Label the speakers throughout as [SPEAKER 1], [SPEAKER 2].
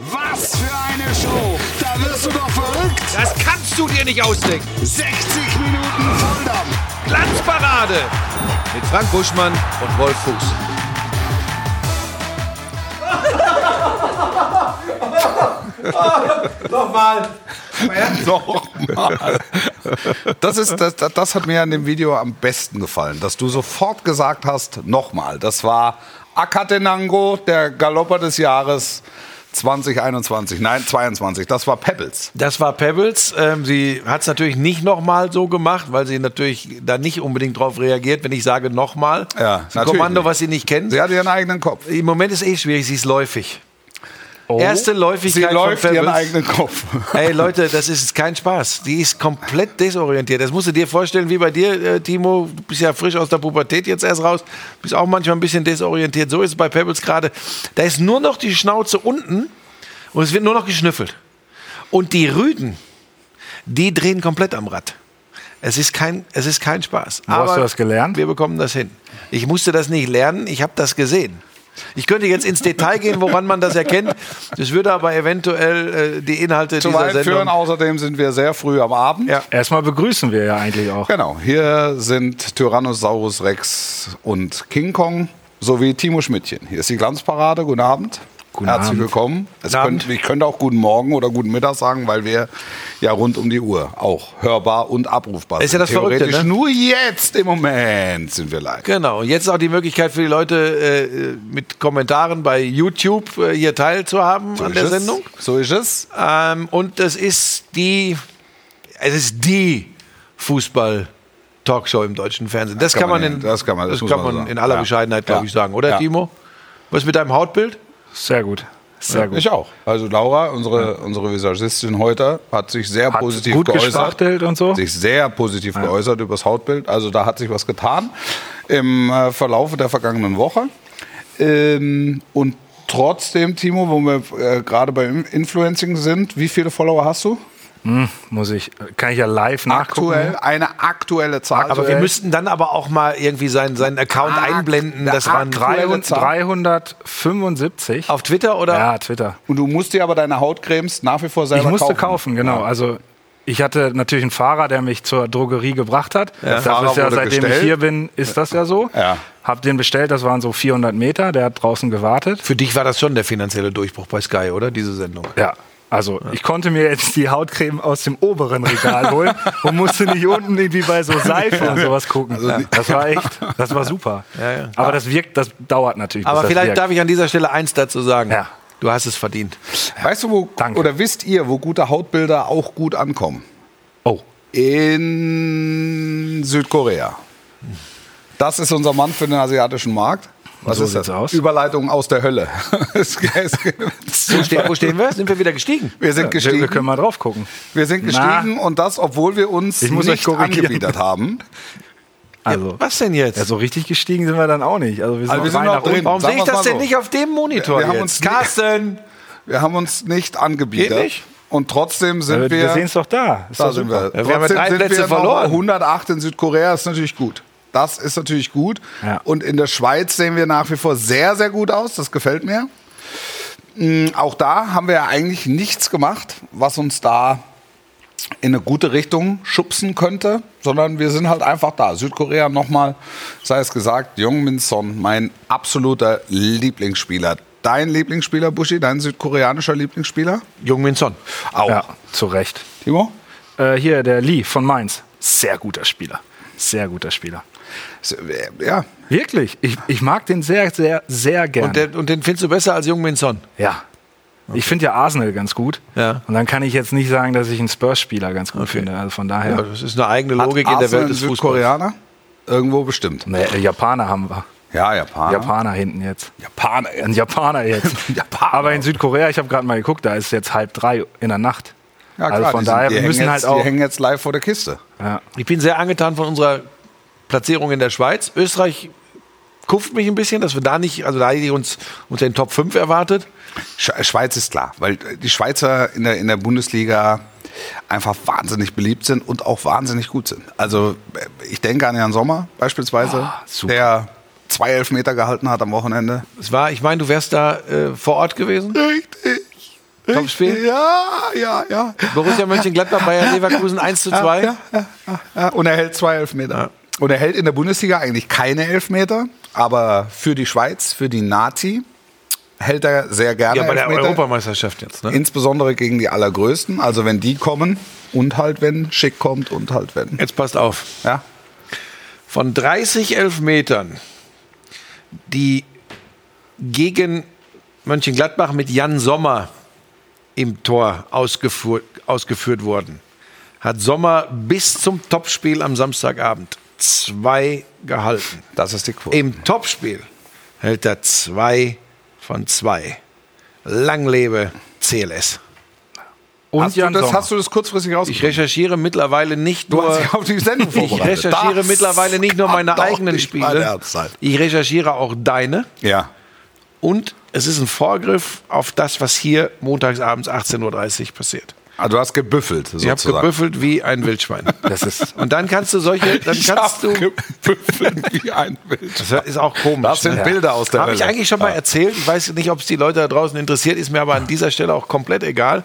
[SPEAKER 1] Was für eine Show! Da wirst du doch verrückt!
[SPEAKER 2] Das kannst du dir nicht ausdenken.
[SPEAKER 1] 60 Minuten Volldampf!
[SPEAKER 2] Glanzparade mit Frank Buschmann und Wolf Fuß.
[SPEAKER 3] Nochmal.
[SPEAKER 4] Nochmal. Das, ist, das, das hat mir an dem Video am besten gefallen, dass du sofort gesagt hast, nochmal. Das war Akatenango, der Galopper des Jahres 2021. Nein, 22. Das war Pebbles.
[SPEAKER 2] Das war Pebbles. Ähm, sie hat es natürlich nicht nochmal so gemacht, weil sie natürlich da nicht unbedingt drauf reagiert, wenn ich sage nochmal.
[SPEAKER 4] Ja,
[SPEAKER 2] Das ist ein
[SPEAKER 4] natürlich
[SPEAKER 2] Kommando,
[SPEAKER 4] nicht.
[SPEAKER 2] was sie nicht kennt.
[SPEAKER 4] Sie hatte ihren eigenen Kopf.
[SPEAKER 2] Im Moment ist eh schwierig, sie ist läufig. Erste
[SPEAKER 4] Oh. Sie
[SPEAKER 2] Läufigkeit
[SPEAKER 4] läuft
[SPEAKER 2] von
[SPEAKER 4] ihren
[SPEAKER 2] Pebbles.
[SPEAKER 4] eigenen Kopf.
[SPEAKER 2] Ey Leute, das ist kein Spaß. Die ist komplett desorientiert. Das musst du dir vorstellen, wie bei dir, äh, Timo. Du bist ja frisch aus der Pubertät jetzt erst raus. Bist auch manchmal ein bisschen desorientiert. So ist es bei Pebbles gerade. Da ist nur noch die Schnauze unten und es wird nur noch geschnüffelt. Und die Rüden, die drehen komplett am Rad. Es ist kein, es ist kein Spaß.
[SPEAKER 5] Wo hast du das gelernt?
[SPEAKER 2] Wir bekommen das hin. Ich musste das nicht lernen, ich habe das gesehen. Ich könnte jetzt ins Detail gehen, woran man das erkennt. Das würde aber eventuell äh, die Inhalte
[SPEAKER 4] Zu
[SPEAKER 2] dieser
[SPEAKER 4] weit
[SPEAKER 2] Sendung.
[SPEAKER 4] führen. Außerdem sind wir sehr früh am Abend.
[SPEAKER 2] Ja.
[SPEAKER 5] Erstmal begrüßen wir ja eigentlich auch.
[SPEAKER 4] Genau, hier sind Tyrannosaurus Rex und King Kong sowie Timo Schmidtchen. Hier ist die Glanzparade. Guten Abend.
[SPEAKER 5] Guten
[SPEAKER 4] Herzlich
[SPEAKER 5] Abend.
[SPEAKER 4] willkommen. Es
[SPEAKER 2] Guten
[SPEAKER 4] könnt, ich könnte auch guten Morgen oder guten Mittag sagen, weil wir ja rund um die Uhr auch hörbar und abrufbar
[SPEAKER 2] Ist
[SPEAKER 4] sind.
[SPEAKER 2] ja das Verrückte,
[SPEAKER 4] Theoretisch
[SPEAKER 2] ne?
[SPEAKER 4] nur jetzt im Moment sind wir live.
[SPEAKER 2] Genau, und jetzt auch die Möglichkeit für die Leute, äh, mit Kommentaren bei YouTube äh, hier teilzuhaben an
[SPEAKER 4] ist
[SPEAKER 2] der
[SPEAKER 4] es.
[SPEAKER 2] Sendung.
[SPEAKER 4] So ist es.
[SPEAKER 2] Ähm, und das ist die, es ist die Fußball-Talkshow im deutschen Fernsehen. Das, kann man, in,
[SPEAKER 4] das kann man- das muss man sagen.
[SPEAKER 2] in aller
[SPEAKER 4] Ja.
[SPEAKER 2] Bescheidenheit, glaube
[SPEAKER 4] Ja.
[SPEAKER 2] ich, sagen, oder
[SPEAKER 4] Ja.
[SPEAKER 2] Timo? Was ist mit deinem Hautbild?
[SPEAKER 5] Sehr gut. Sehr gut.
[SPEAKER 4] Ich auch. Also Laura, unsere, unsere Visagistin heute, hat sich sehr
[SPEAKER 5] Hat
[SPEAKER 4] positiv
[SPEAKER 5] gut
[SPEAKER 4] geäußert.
[SPEAKER 5] gespachtelt und so.
[SPEAKER 4] sich sehr positiv geäußert über das Hautbild. Also da hat sich was getan im äh, Verlauf der vergangenen Woche. Ähm, und trotzdem, Timo, wo wir äh, gerade beim Influencing sind, wie viele Follower hast du?
[SPEAKER 5] Hm, muss ich, kann ich ja live nachgucken.
[SPEAKER 4] Aktuell, eine aktuelle Zahl.
[SPEAKER 2] Aber wir müssten dann aber auch mal irgendwie seinen, seinen Account
[SPEAKER 4] Ak-
[SPEAKER 2] einblenden.
[SPEAKER 4] der
[SPEAKER 2] Das waren
[SPEAKER 4] aktuelle-
[SPEAKER 2] drei
[SPEAKER 5] Dreihund- 375.
[SPEAKER 2] auf Twitter oder?
[SPEAKER 5] Ja, Twitter.
[SPEAKER 4] und du musst dir aber deine Hautcremes nach wie vor selber
[SPEAKER 5] Ich musste kaufen,
[SPEAKER 4] kaufen.
[SPEAKER 5] genau. Also ich hatte natürlich einen Fahrer, der mich zur Drogerie gebracht hat. Das
[SPEAKER 4] Fahrer
[SPEAKER 5] ist ja,
[SPEAKER 4] wurde
[SPEAKER 5] seitdem
[SPEAKER 4] gestellt.
[SPEAKER 5] ich hier bin, ist das ja so.
[SPEAKER 4] Ja.
[SPEAKER 5] Hab den bestellt, das waren so 400 Meter, der hat draußen gewartet.
[SPEAKER 2] Für dich war das schon der finanzielle Durchbruch bei Sky, oder? Diese Sendung.
[SPEAKER 5] Ja. Also, ich konnte mir jetzt die Hautcreme aus dem oberen Regal holen und musste nicht unten irgendwie bei so Seife und sowas gucken. das war echt, das war super.
[SPEAKER 2] Ja, ja.
[SPEAKER 5] Aber das wirkt, das dauert natürlich.
[SPEAKER 2] Aber
[SPEAKER 5] bis
[SPEAKER 2] vielleicht
[SPEAKER 5] das
[SPEAKER 2] darf ich an dieser Stelle eins dazu sagen.
[SPEAKER 5] Ja.
[SPEAKER 2] Du hast es verdient.
[SPEAKER 4] Weißt du, wo,
[SPEAKER 5] Danke.
[SPEAKER 4] oder wisst ihr, wo gute Hautbilder auch gut ankommen?
[SPEAKER 5] Oh,
[SPEAKER 4] In Südkorea. Das ist unser Mann für den asiatischen Markt. Was
[SPEAKER 5] so
[SPEAKER 4] ist das?
[SPEAKER 5] sieht's aus.
[SPEAKER 4] Überleitung aus der Hölle. Es- es-
[SPEAKER 2] Wo stehen, wo stehen wir? Sind wir wieder gestiegen?
[SPEAKER 4] wir sind
[SPEAKER 5] wir, wir können
[SPEAKER 4] gestiegen.
[SPEAKER 5] mal drauf gucken.
[SPEAKER 4] Wir sind
[SPEAKER 5] Na.
[SPEAKER 4] gestiegen und das, obwohl wir uns
[SPEAKER 5] Ich muss euch
[SPEAKER 4] nicht
[SPEAKER 5] korrigieren.
[SPEAKER 4] angebietert haben.
[SPEAKER 5] Also,
[SPEAKER 2] Was denn jetzt?
[SPEAKER 5] ja, so richtig gestiegen sind wir dann auch nicht. Also, wir sind,
[SPEAKER 4] Also wir sind
[SPEAKER 5] rein
[SPEAKER 4] noch
[SPEAKER 5] nach unten.
[SPEAKER 4] drin.
[SPEAKER 2] Warum
[SPEAKER 4] Sagen
[SPEAKER 2] sehe
[SPEAKER 4] wir's
[SPEAKER 2] ich das
[SPEAKER 4] mal
[SPEAKER 2] denn
[SPEAKER 4] so.
[SPEAKER 2] nicht auf dem Monitor?
[SPEAKER 4] Wir haben
[SPEAKER 2] jetzt?
[SPEAKER 4] uns nie-
[SPEAKER 2] Carsten!
[SPEAKER 4] Wir haben uns nicht angebietert.
[SPEAKER 2] Geht nicht?
[SPEAKER 4] Und trotzdem sind
[SPEAKER 5] Wir,
[SPEAKER 4] wir.
[SPEAKER 5] Äh, wir sehen es doch da. Ist
[SPEAKER 4] da
[SPEAKER 5] doch
[SPEAKER 4] sind
[SPEAKER 5] super.
[SPEAKER 4] wir.
[SPEAKER 2] Ja, wir haben ja
[SPEAKER 4] Trotzdem
[SPEAKER 2] drei
[SPEAKER 4] sind
[SPEAKER 2] Plätze
[SPEAKER 4] wir noch
[SPEAKER 2] verloren.
[SPEAKER 4] 108 in Südkorea ist natürlich gut. Das ist natürlich gut.
[SPEAKER 5] Ja.
[SPEAKER 4] Und in der Schweiz sehen wir nach wie vor sehr, sehr gut aus. Das gefällt mir. Mm, Auch da haben wir ja eigentlich nichts gemacht, was uns da in eine gute Richtung schubsen könnte, sondern wir sind halt einfach da. Südkorea nochmal, sei es gesagt, Jungmin Son, mein absoluter Lieblingsspieler. Dein Lieblingsspieler, Bushi, dein südkoreanischer Lieblingsspieler?
[SPEAKER 2] Jungmin Son. Ah,
[SPEAKER 4] Auch.
[SPEAKER 5] Ja, zu Recht.
[SPEAKER 4] Timo?
[SPEAKER 5] Äh, hier, der Lee von Mainz. Sehr guter Spieler. Sehr guter Spieler.
[SPEAKER 4] Ja,
[SPEAKER 5] Wirklich. Ich, ich mag den sehr, sehr, sehr gerne.
[SPEAKER 2] Und, der, und den findest du besser als Jungmin Son?
[SPEAKER 5] ja. Ich finde ja Arsenal ganz gut.
[SPEAKER 2] Ja.
[SPEAKER 5] Und dann kann ich jetzt nicht sagen, dass ich einen Spurs-Spieler ganz gut finde. Also von daher.
[SPEAKER 2] Ja, das ist eine eigene Logik in
[SPEAKER 4] Arsenal
[SPEAKER 2] der Welt
[SPEAKER 4] einen
[SPEAKER 2] des Fußballs.
[SPEAKER 4] Südkoreaner? Irgendwo bestimmt.
[SPEAKER 5] Nee, äh, Japaner haben wir.
[SPEAKER 4] Ja, Japaner.
[SPEAKER 5] Japaner hinten jetzt.
[SPEAKER 4] Japaner.
[SPEAKER 5] Ein Japaner jetzt.
[SPEAKER 4] Japaner.
[SPEAKER 5] Aber in Südkorea, ich habe gerade mal geguckt, da ist jetzt halb drei in der Nacht.
[SPEAKER 4] Ja, klar,
[SPEAKER 5] also von
[SPEAKER 4] die sind-
[SPEAKER 5] daher,
[SPEAKER 4] die
[SPEAKER 5] wir
[SPEAKER 4] hängen
[SPEAKER 5] müssen
[SPEAKER 4] jetzt,
[SPEAKER 5] halt auch.
[SPEAKER 4] Die hängen jetzt live vor der Kiste.
[SPEAKER 2] Ich bin sehr angetan von unserer Platzierung in der Schweiz. Österreich kupft mich ein bisschen, dass wir da nicht, also da hätte ich uns unter den Top 5 erwartet.
[SPEAKER 4] Sch- Schweiz ist klar, weil die Schweizer in der, in der Bundesliga einfach wahnsinnig beliebt sind und auch wahnsinnig gut sind. Also ich denke an Jan Sommer beispielsweise,
[SPEAKER 5] super.
[SPEAKER 4] der zwei Elfmeter gehalten hat am Wochenende.
[SPEAKER 2] Es war, ich meine, du wärst da äh, vor Ort gewesen.
[SPEAKER 4] Richtig.
[SPEAKER 2] Topspiel.
[SPEAKER 4] Ja, ja, ja.
[SPEAKER 2] Borussia Mönchengladbach, Bayern Leverkusen 1 zu 2.
[SPEAKER 4] Ja, ja, ja, ja. Und er hält zwei Elfmeter. Und er hält in der Bundesliga eigentlich keine Elfmeter, aber für die Schweiz, für die Nazi hält er sehr gerne
[SPEAKER 2] Ja, bei der
[SPEAKER 4] Elfmeter.
[SPEAKER 2] Europameisterschaft jetzt. Ne?
[SPEAKER 4] Insbesondere gegen die Allergrößten. Also wenn die kommen und halt wenn Schick kommt und halt wenn.
[SPEAKER 2] Jetzt passt auf.
[SPEAKER 4] Ja.
[SPEAKER 2] Von 30 Elfmetern, die gegen Mönchengladbach mit Jan Sommer im Tor ausgeführt, ausgeführt wurden, hat Sommer bis zum Topspiel am Samstagabend zwei gehalten.
[SPEAKER 4] Das ist die Quote.
[SPEAKER 2] Im Topspiel hält er zwei von zwei. Lang lebe CLS.
[SPEAKER 5] Und
[SPEAKER 4] Hast du, das, hast du das kurzfristig
[SPEAKER 2] Ich
[SPEAKER 4] rausgekriegt?
[SPEAKER 2] recherchiere mittlerweile nicht
[SPEAKER 4] Du
[SPEAKER 2] nur.
[SPEAKER 4] hast dich auf die Sendung
[SPEAKER 2] Ich
[SPEAKER 4] vorbereitet.
[SPEAKER 2] recherchiere
[SPEAKER 4] Das
[SPEAKER 2] mittlerweile nicht nur
[SPEAKER 4] hat
[SPEAKER 2] meine
[SPEAKER 4] doch
[SPEAKER 2] eigenen
[SPEAKER 4] nicht meine
[SPEAKER 2] Spiele.
[SPEAKER 4] Herzzeit.
[SPEAKER 2] Ich recherchiere auch deine.
[SPEAKER 4] Ja.
[SPEAKER 2] Und es ist ein Vorgriff auf das, was hier montagsabends 18.30 Uhr passiert.
[SPEAKER 4] Also du hast gebüffelt
[SPEAKER 2] Ich habe
[SPEAKER 4] sozusagen.
[SPEAKER 2] gebüffelt wie ein Wildschwein.
[SPEAKER 5] Das ist
[SPEAKER 2] Und dann kannst du solche, dann
[SPEAKER 4] Ich hab
[SPEAKER 2] kannst du.
[SPEAKER 4] gebüffelt wie ein Bild.
[SPEAKER 2] Das ist auch komisch.
[SPEAKER 4] Das sind
[SPEAKER 2] ne?
[SPEAKER 4] Bilder aus der
[SPEAKER 2] Habe ich
[SPEAKER 4] Hölle.
[SPEAKER 2] eigentlich schon mal erzählt. Ich weiß nicht, ob es die Leute da draußen interessiert, ist mir aber an dieser Stelle auch komplett egal,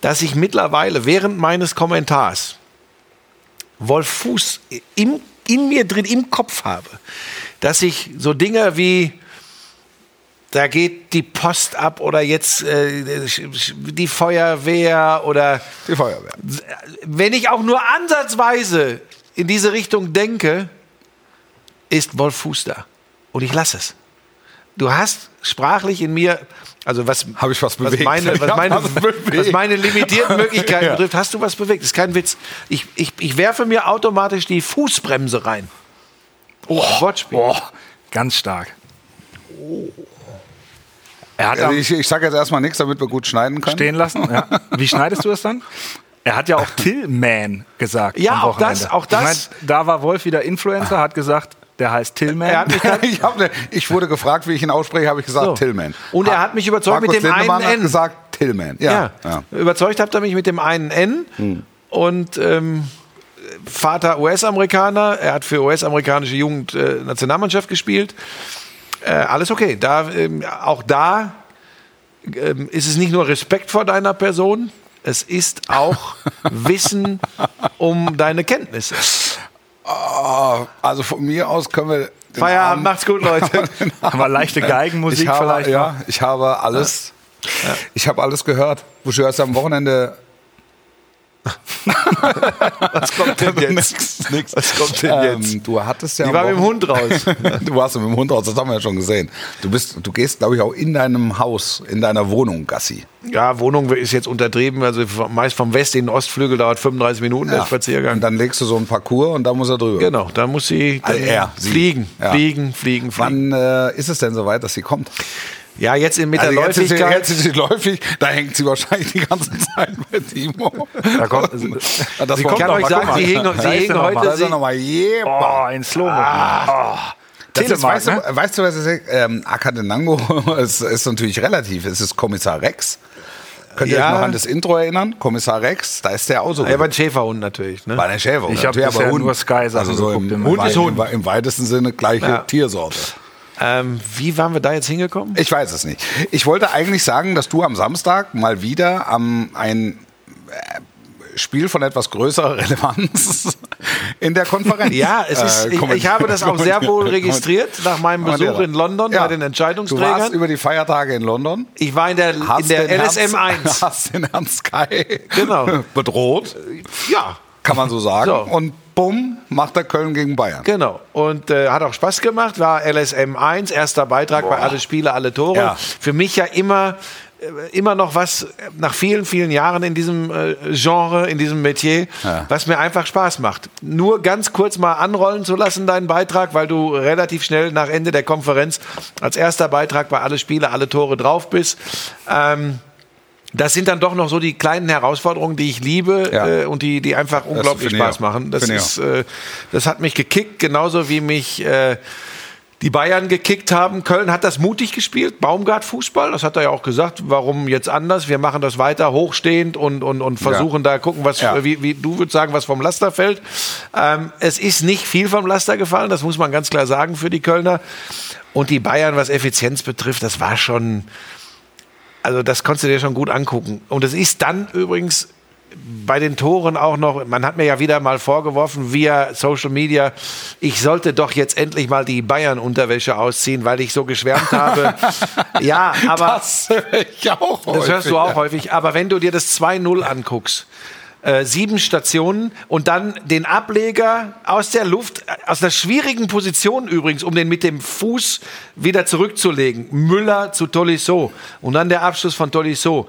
[SPEAKER 2] dass ich mittlerweile während meines Kommentars Wolf Fuß im, in mir drin, im Kopf habe, dass ich so Dinge wie da geht die Post ab oder jetzt äh, die Feuerwehr oder
[SPEAKER 4] Die Feuerwehr.
[SPEAKER 2] wenn ich auch nur ansatzweise in diese Richtung denke, ist Wolf Fuß da. Und ich lasse es. Du hast sprachlich in mir, also was,
[SPEAKER 4] Habe ich was
[SPEAKER 2] was,
[SPEAKER 4] bewegt?
[SPEAKER 2] meine,
[SPEAKER 4] Ich
[SPEAKER 2] was,
[SPEAKER 4] hab
[SPEAKER 2] meine,
[SPEAKER 4] was bewegt.
[SPEAKER 2] was meine limitierten Möglichkeiten betrifft, hast du was bewegt. Ist kein Witz. Ich, ich, ich werfe mir automatisch die Fußbremse rein. Oh, Wortspiel.
[SPEAKER 5] ganz stark. Er hat
[SPEAKER 4] Also
[SPEAKER 5] am
[SPEAKER 4] ich ich sage jetzt erstmal nichts, damit wir gut schneiden können.
[SPEAKER 5] stehen lassen. Ja. Wie schneidest du es dann? Er hat ja auch Tillman gesagt.
[SPEAKER 2] Ja,
[SPEAKER 5] am
[SPEAKER 2] auch das,
[SPEAKER 5] Wochenende.
[SPEAKER 2] auch das.
[SPEAKER 5] Ich mein, da war Wolf wieder Influencer, hat gesagt, der heißt Tillman.
[SPEAKER 2] Er hat mich dann,
[SPEAKER 4] ich, hab ne, ich wurde gefragt, wie ich ihn ausspreche, habe ich gesagt
[SPEAKER 2] So.
[SPEAKER 4] Tillman.
[SPEAKER 2] Und er hat mich überzeugt
[SPEAKER 4] Markus
[SPEAKER 2] mit dem einen
[SPEAKER 4] Lindemann
[SPEAKER 2] N.
[SPEAKER 4] hat gesagt Tillman.
[SPEAKER 2] ja,
[SPEAKER 4] Ja. ja. Hm.
[SPEAKER 2] überzeugt habt ihr mich mit dem einen N und ähm, Vater US-Amerikaner, er hat für US-amerikanische Jugend-Nationalmannschaft gespielt. Äh, alles okay. Da, ähm, auch da ähm, ist es nicht nur Respekt vor deiner Person, es ist auch Wissen um deine Kenntnisse.
[SPEAKER 4] Ah, also von mir aus können wir. den Abend-
[SPEAKER 2] Feierabend, macht's gut, Leute.
[SPEAKER 5] Aber leichte Geigenmusik
[SPEAKER 4] ich habe,
[SPEAKER 5] vielleicht.
[SPEAKER 4] Ja, ich habe alles. Ich habe alles gehört. Buschi, hast du am Wochenende.
[SPEAKER 2] Was kommt denn
[SPEAKER 4] Nix, nix.
[SPEAKER 2] Was kommt denn jetzt?
[SPEAKER 4] Ähm, du hattest ja.
[SPEAKER 2] Die
[SPEAKER 4] am
[SPEAKER 2] war mit dem
[SPEAKER 4] Wochen-
[SPEAKER 2] Hund raus.
[SPEAKER 4] du warst mit dem Hund raus, das haben wir ja schon gesehen. Du, bist, du gehst, glaube ich, auch in deinem Haus, in deiner Wohnung, Gassi.
[SPEAKER 2] Ja, Wohnung ist jetzt untertrieben. Also vom- meist vom West in den Ostflügel dauert 35 Minuten der
[SPEAKER 4] Und
[SPEAKER 2] Spaziergang.
[SPEAKER 4] dann legst du so einen Parcours und da muss er drüber.
[SPEAKER 2] Genau, da muss sie,
[SPEAKER 4] Also er, sie.
[SPEAKER 2] fliegen,
[SPEAKER 4] Ja.
[SPEAKER 2] fliegen, fliegen,
[SPEAKER 4] Wann
[SPEAKER 2] fliegen.
[SPEAKER 4] äh, ist es denn soweit, dass sie kommt?
[SPEAKER 2] Ja, jetzt in mit
[SPEAKER 4] Also
[SPEAKER 2] der
[SPEAKER 4] jetzt ist, sie,
[SPEAKER 2] Läufigkeit.
[SPEAKER 4] jetzt ist sie läufig, da hängt sie wahrscheinlich die ganze Zeit bei Timo.
[SPEAKER 5] Da kommt-
[SPEAKER 4] das
[SPEAKER 5] Sie
[SPEAKER 4] war-
[SPEAKER 5] kommt
[SPEAKER 2] ich kann
[SPEAKER 5] noch
[SPEAKER 2] euch
[SPEAKER 5] mal,
[SPEAKER 2] sagen,
[SPEAKER 5] guck mal.
[SPEAKER 2] sie hegen,
[SPEAKER 5] Da
[SPEAKER 2] sie
[SPEAKER 5] ist
[SPEAKER 2] hegen
[SPEAKER 5] er noch mal.
[SPEAKER 4] Da
[SPEAKER 2] heute.
[SPEAKER 4] ist er
[SPEAKER 2] Sie,
[SPEAKER 4] nochmal.
[SPEAKER 5] Oh, in Slow-Mo. Oh.
[SPEAKER 4] Das ist,
[SPEAKER 5] Telemark,
[SPEAKER 4] weißt, du,
[SPEAKER 5] ne?
[SPEAKER 4] weißt du, was ist? Ähm, Akatenango ist, ist natürlich relativ. Es ist Kommissar Rex. Könnt ihr
[SPEAKER 2] Ja.
[SPEAKER 4] euch noch an das Intro erinnern? Kommissar Rex, da ist der auch so.
[SPEAKER 2] ja, aber ein Schäferhund natürlich. Ne?
[SPEAKER 4] Bei der Schäfer.
[SPEAKER 5] Ich hab
[SPEAKER 4] natürlich,
[SPEAKER 5] bisher nur Sky-Sachen
[SPEAKER 4] also so im,
[SPEAKER 5] geguckt, immer.
[SPEAKER 4] Hund
[SPEAKER 5] Hund
[SPEAKER 4] ist
[SPEAKER 5] ist
[SPEAKER 4] Hund. Im weitesten Sinne gleiche
[SPEAKER 2] Ja.
[SPEAKER 4] Tiersorte.
[SPEAKER 2] Ähm, wie waren wir da jetzt hingekommen?
[SPEAKER 4] Ich weiß es nicht. Ich wollte eigentlich sagen, dass du am Samstag mal wieder am, ein äh, Spiel von etwas größerer Relevanz in der Konferenz.
[SPEAKER 2] Ja, es ist,
[SPEAKER 4] äh,
[SPEAKER 2] ich, ich
[SPEAKER 4] kommentiert-
[SPEAKER 2] habe das auch sehr wohl
[SPEAKER 4] kommentiert-
[SPEAKER 2] registriert nach meinem Besuch in London
[SPEAKER 4] Ja.
[SPEAKER 2] bei den
[SPEAKER 4] Du warst
[SPEAKER 2] Entscheidungsträgern.
[SPEAKER 4] über die Feiertage in London.
[SPEAKER 2] Ich war in der, in
[SPEAKER 4] hast
[SPEAKER 2] der
[SPEAKER 4] den
[SPEAKER 2] LSM
[SPEAKER 4] Herrn-
[SPEAKER 2] 1.
[SPEAKER 4] Hast den Herrn Sky
[SPEAKER 2] Genau.
[SPEAKER 4] bedroht,
[SPEAKER 2] Ja,
[SPEAKER 4] kann man so sagen.
[SPEAKER 2] So.
[SPEAKER 4] Und bumm, macht er Köln gegen Bayern.
[SPEAKER 2] Genau. Und äh, hat auch Spaß gemacht. War LSM 1, erster Beitrag bei Alle Spiele, alle Tore.
[SPEAKER 4] Ja.
[SPEAKER 2] Für mich ja immer, äh, immer noch was, äh, nach vielen, vielen Jahren in diesem äh, Genre, in diesem Metier,
[SPEAKER 4] Ja.
[SPEAKER 2] was mir einfach Spaß macht. Nur ganz kurz mal anrollen zu lassen, deinen Beitrag, weil du relativ schnell nach Ende der Konferenz als erster Beitrag bei Alle Spiele, alle Tore drauf bist. Ähm, das sind dann doch noch so die kleinen Herausforderungen, die ich liebe
[SPEAKER 4] Ja.
[SPEAKER 2] äh, und die, die einfach unglaublich
[SPEAKER 4] finde ich
[SPEAKER 2] Spaß
[SPEAKER 4] auch.
[SPEAKER 2] machen. Das,
[SPEAKER 4] Finde ich
[SPEAKER 2] ist, äh, das hat mich gekickt, genauso wie mich äh, die Bayern gekickt haben. Köln hat das mutig gespielt, Baumgart Fußball, das hat er ja auch gesagt. Warum jetzt anders? Wir machen das weiter, hochstehend und, und, und versuchen da gucken, was
[SPEAKER 4] Ja.
[SPEAKER 2] wie, wie du würdest sagen, was vom Laster fällt. Ähm, es ist nicht viel vom Laster gefallen, das muss man ganz klar sagen für die Kölner. Und die Bayern, was Effizienz betrifft, das war schon Also das konntest du dir schon gut angucken. Und es ist dann übrigens bei den Toren auch noch, man hat mir ja wieder mal vorgeworfen via Social Media, ich sollte doch jetzt endlich mal die Bayern-Unterwäsche ausziehen, weil ich so geschwärmt habe. ja, Genau, aber
[SPEAKER 4] Das höre ich auch
[SPEAKER 2] das
[SPEAKER 4] häufig.
[SPEAKER 2] hörst du auch häufig. Aber wenn du dir das 2-0 anguckst, äh, sieben Stationen und dann den Ableger aus der Luft, äh, aus einer schwierigen Position übrigens, um den mit dem Fuß wieder zurückzulegen. Müller zu Tolisso und dann der Abschluss von Tolisso.